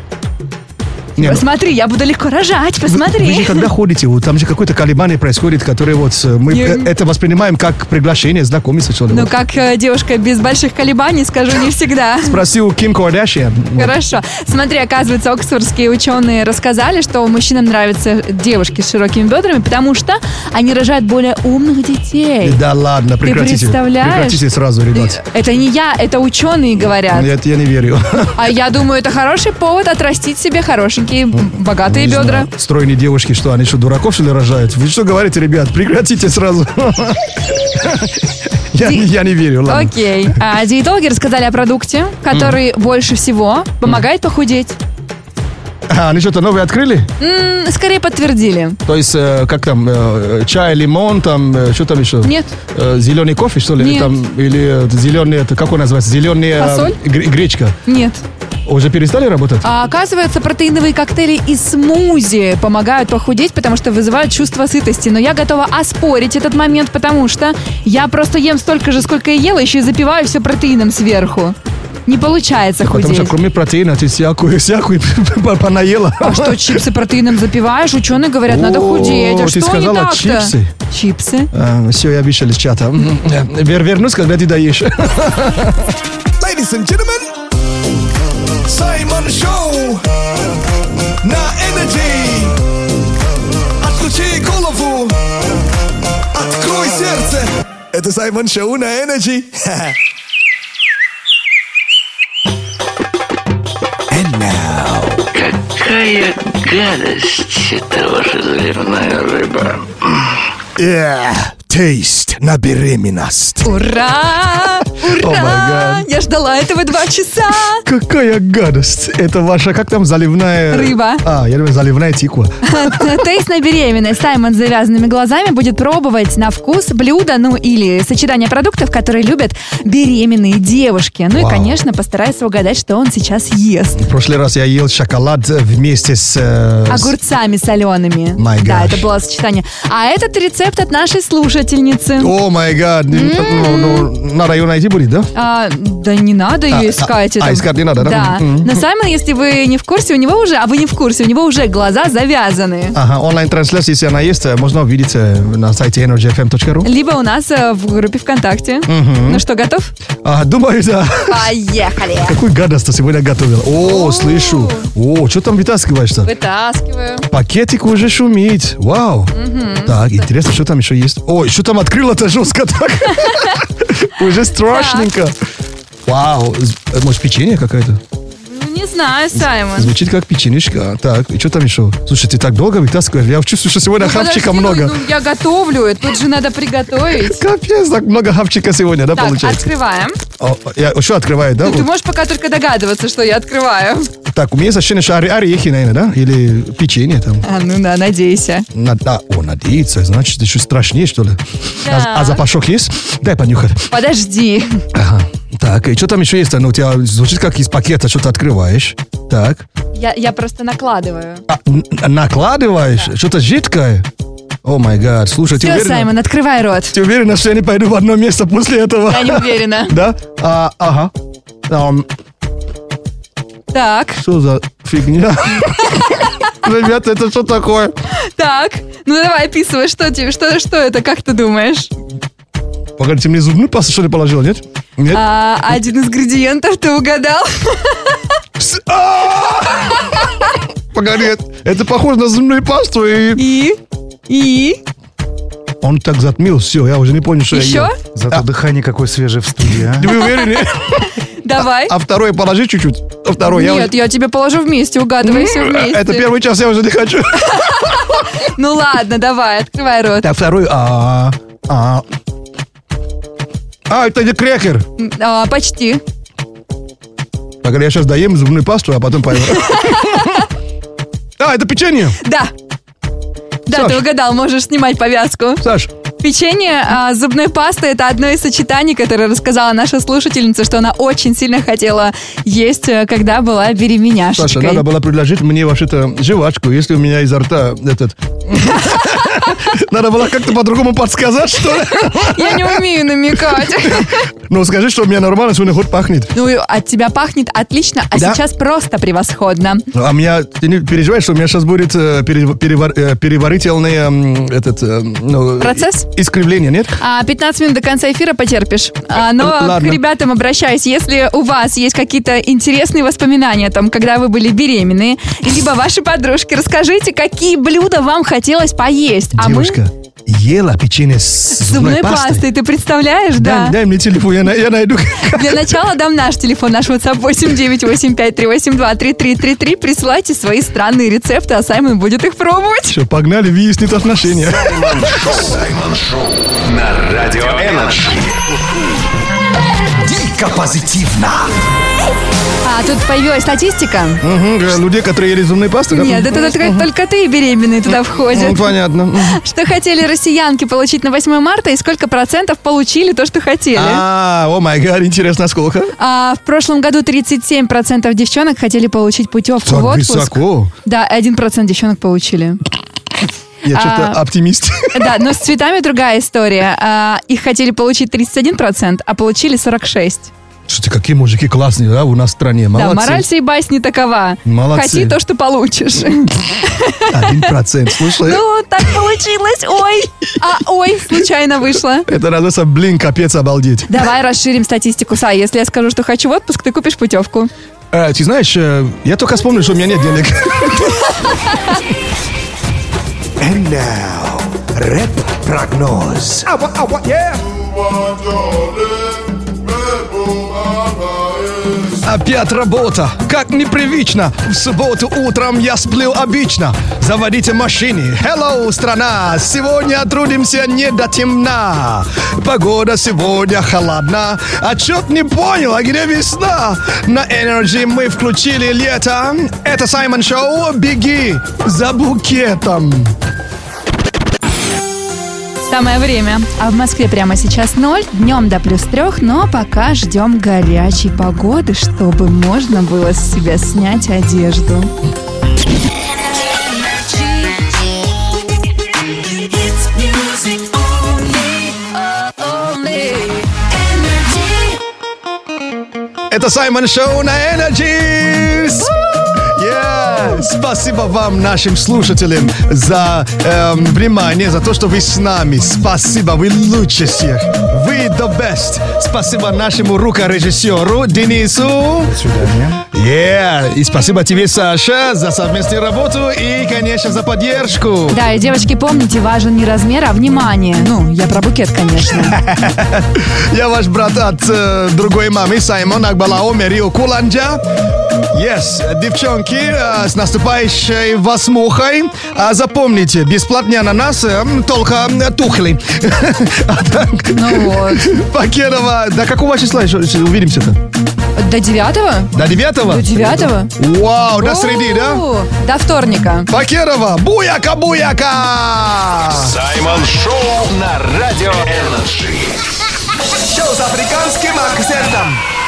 Не, ну,
Посмотри, я буду легко рожать,
вы-
посмотри.
Вы же когда ходите, вот там же какое-то колебание происходит, которое вот э, мы
Я-
э, это воспринимаем как приглашение знакомиться, что ли.
Ну,
вот.
как э, девушка без больших колебаний, скажу, не всегда.
Спросил Ким Кардашьян. вот.
Хорошо. Смотри, оказывается, оксфордские ученые рассказали, что мужчинам нравятся девушки с широкими бедрами, потому что они рожают более умных детей.
Да ладно,
Ты
прекратите.
представляешь?
Прекратите сразу, ребят.
Это не я, это ученые говорят.
Нет, я не верю.
А я думаю, это хороший повод отрастить себе хорошеньких такие богатые
Ну, Не
бедра.
знаю. Стройные девушки, что, они что, дураков, что ли, рожают? Вы что говорите, ребят? Прекратите сразу. Я не- я не верю, ладно.
Окей. А диетологи рассказали о продукте, который больше всего помогает похудеть.
А, Они что-то новое открыли?
М, скорее подтвердили.
То есть, э, как там, э, чай, лимон, там, э, что там еще?
Нет.
Зеленый кофе, что ли?
Нет.
Там, или зеленый, это, как он называется? Зеленая
Фасоль?
гречка.
Нет.
Уже перестали работать?
А оказывается, протеиновые коктейли и смузи помогают похудеть, потому что вызывают чувство сытости. Но я готова оспорить этот момент, потому что я просто ем столько же, сколько и ела, еще и запиваю все протеином сверху. Не получается
Потому что
худеть.
кроме протеина ты всякую, всякую понаела.
А что, чипсы протеином запиваешь? Ученые говорят, надо
О,
худеть. А
ты
что
сказала
не так-то?
чипсы. А.
Чипсы.
Все, я обещал из чата. М, э, вер- Вернусь, когда ты доешь.
Ladies and gentlemen, Саймон Шоу на Energy. Отключи голову, открой сердце. Это Саймон Шоу на Energy.
Какая гадость, это ваша заливная рыба.
Yeah, taste на беременность.
Ура! Ура! Я ждала этого два часа.
Какая гадость. Это ваша, как там, заливная...
Рыба.
А, я думаю, заливная тиква.
Тест на беременность. Саймон с завязанными глазами будет пробовать на вкус блюда, ну или сочетание продуктов, которые любят беременные девушки. Ну и,
Вау.
конечно, постарается угадать, что он сейчас ест.
В прошлый раз я ел шоколад вместе с... э,
А
с-
Огурцами солеными.
My
да,
gosh.
это было сочетание. А этот рецепт от нашей слушательницы.
О май гад. Ну, ну, Надо ее найти будет, да?
А, да не надо
А,
ее
а,
искать.
а,
это-
искать не надо, да?
Да.
Мгм.
Но Саймон, если вы не в курсе, у него уже, а вы не в курсе, у него уже глаза завязаны.
Ага, онлайн-трансляция, если она есть, э, можно увидеть э, на сайте energyfm.ru.
Либо у нас э, в группе ВКонтакте.
Мгм.
Ну что, готов?
А, думаю, да.
Поехали!
Какую гадость ты сегодня готовила? О, слышу. О, что там вытаскиваешь-то?
Вытаскиваю.
Пакетик уже шумит. Вау.
Мгм.
Так, интересно, что там еще есть? Ой, что там открыла-то жестко так? Уже страшненько. Вау. з- э, Может, печенье какое-то?
Ну, не знаю, Саймон.
Звучит как печенюшка. А, Так, и что там еще? Слушай, ты так долго вытаскиваешь? Я чувствую, что сегодня
Ну,
хавчика
подожди, ну,
много.
ну, я готовлю, это тут же надо приготовить.
Капец, так много хавчика сегодня, да,
так,
получается?
открываем.
О, Я еще открываю, да?
Ну, ты можешь пока только догадываться, что я открываю.
Так, у меня есть ощущение, что оре- орехи, наверное, да? Или печенье там.
А, ну да, надейся.
На- да, о, надеяться, значит, еще страшнее, что ли?
Да.
А, а запашок есть? Дай понюхать.
Подожди.
А.
Ага. Так, и что там еще есть? Ну, у тебя звучит как из пакета, что ты открываешь. Так.
Я, я просто накладываю.
А, н- накладываешь? Что-то жидкое? О май гад, слушай, А ты
Все,
уверена?
Саймон, открывай рот.
Ты уверена, что я не пойду в одно место после этого?
Я не уверена.
Да? А, ага. Ам,
Так,
что за фигня? Ребята, это что такое?
так. Ну давай, описывай, что тебе, что, что это, как ты думаешь?
Погоди, ты мне зубную пасту что ли положила, нет? Нет?
А, один из ингредиентов ты угадал.
Пс- Погоди, это- это похоже на зубную пасту и...
И? И?
Он так затмил, все, я уже не понял, что
Еще?
я ел.
Зато дыхание какое свежее в студии, а.
Вы уверены?
Давай.
А второе положи чуть-чуть. А второе я Ну, э,
Нет, я тебе положу вместе, угадывай все вместе.
Это первый час я уже не хочу.
Ну ладно, давай, открывай рот.
Так, второй. А, а. А, это не крекер.
М, а, почти.
Погоди, я сейчас доем зубную пасту, а потом пойду. А, это печенье.
Да. Да,
Саш.
ты угадал, можешь снимать повязку.
Саш.
Печенье а, с зубной пасты это одно из сочетаний, которое рассказала наша слушательница, что она очень сильно хотела есть, э, когда была беременяшечкой.
Саша, надо было предложить мне вообще-то жвачку, если у меня изо рта этот... Надо было как-то по-другому подсказать, что ли?
Я не умею намекать.
Ну, скажи, что у меня нормально сегодня хоть пахнет.
Ну, и от тебя пахнет отлично, а
Да.
сейчас просто превосходно.
Ну, А меня, ты не переживаешь, что у меня сейчас будет э, пере- перевар- э, переварительный эм, этот, э, ну,
Процесс?
и- искривление, нет?
А, 15 минут до конца эфира потерпишь. А, но
Л- ладно.
к ребятам обращаюсь. Если у вас есть какие-то интересные воспоминания о том, когда вы были беременны, либо ваши подружки, расскажите, какие блюда вам хотелось поесть. А мы...
Девушка, ела печенье с
Зубной пастой, ты представляешь,
Дай,
да?
дай мне телефон, я, на- я найду.
Для начала дам наш телефон, наш WhatsApp 89853823333. Присылайте свои странные рецепты, а Саймон будет их пробовать.
Все, погнали, выяснит отношения.
Саймон Шоу на Радио Энерджи.
Дико позитивно.
А тут появилась статистика.
Мгм, э, Людей, которые ели зубные пасты? да?
Нет, это только, только ты и беременные туда входят.
Ну, понятно. Мгм.
Что хотели россиянки получить на 8 марта и сколько процентов получили то, что хотели?
А, о май гад, интересно, сколько?
А в прошлом году 37% девчонок хотели получить путевку
Так
в отпуск.
высоко.
Да, 1% девчонок получили.
Я что-то
А.
оптимист.
Да, но с цветами другая история. А, Их хотели получить 31%, а получили 46%.
Слушайте, какие мужики классные, да, у нас в стране.
Да,
Молодцы.
мораль всей басни такова.
Молодцы. Э.
Хоти то, что получишь.
Один процент, слушай.
Ну, так получилось. Ой, а ой, случайно вышло.
Это разоса, блин, капец, обалдеть.
Давай расширим статистику, Сай. Если я скажу, что хочу в отпуск, ты купишь путевку.
Э, ты знаешь, э, я только вспомнил, что у меня нет денег.
And now, рэп-прогноз.
Опять работа, как непривычно. В субботу утром я сплю Ну, обычно. Заводите машины. Hello, страна. Сегодня трудимся не до темна. Погода сегодня холодна. А чё не понял, а где весна? На Energy мы включили лето. Это Саймон Шоу. Беги за букетом.
Самое время. А в Москве прямо сейчас ноль, днем до плюс трех, но пока ждем горячей погоды, чтобы можно было с себя снять одежду.
Это Саймон Шоу на Energy. С- Yeah. Спасибо вам, нашим слушателям, за эм, внимание, за то, что вы с нами. Спасибо, вы лучше всех. Вы the best. Спасибо нашему рукорежиссеру Денису. До
свидания.
Yeah. И спасибо тебе, Саша, за совместную работу и, конечно, за поддержку.
Да, и девочки, помните, важен не размер, а внимание. Ну, я про букет, конечно.
Я ваш брат от э, другой мамы, Саймон Акбалао Мерио Куланджа. Yes, девчонки, э, с наступающей восьмухой. А запомните, бесплатный ананас э, только э, тухлый.
Ну вот.
Покедова, до какого числа еще еще увидимся-то?
До девятого?
До девятого?
До девятого.
Вау, до среды, да?
О, До вторника.
Покерова, буяка-буяка!
Саймон Шоу на Радио Энерджи.
Шоу с африканским акцентом.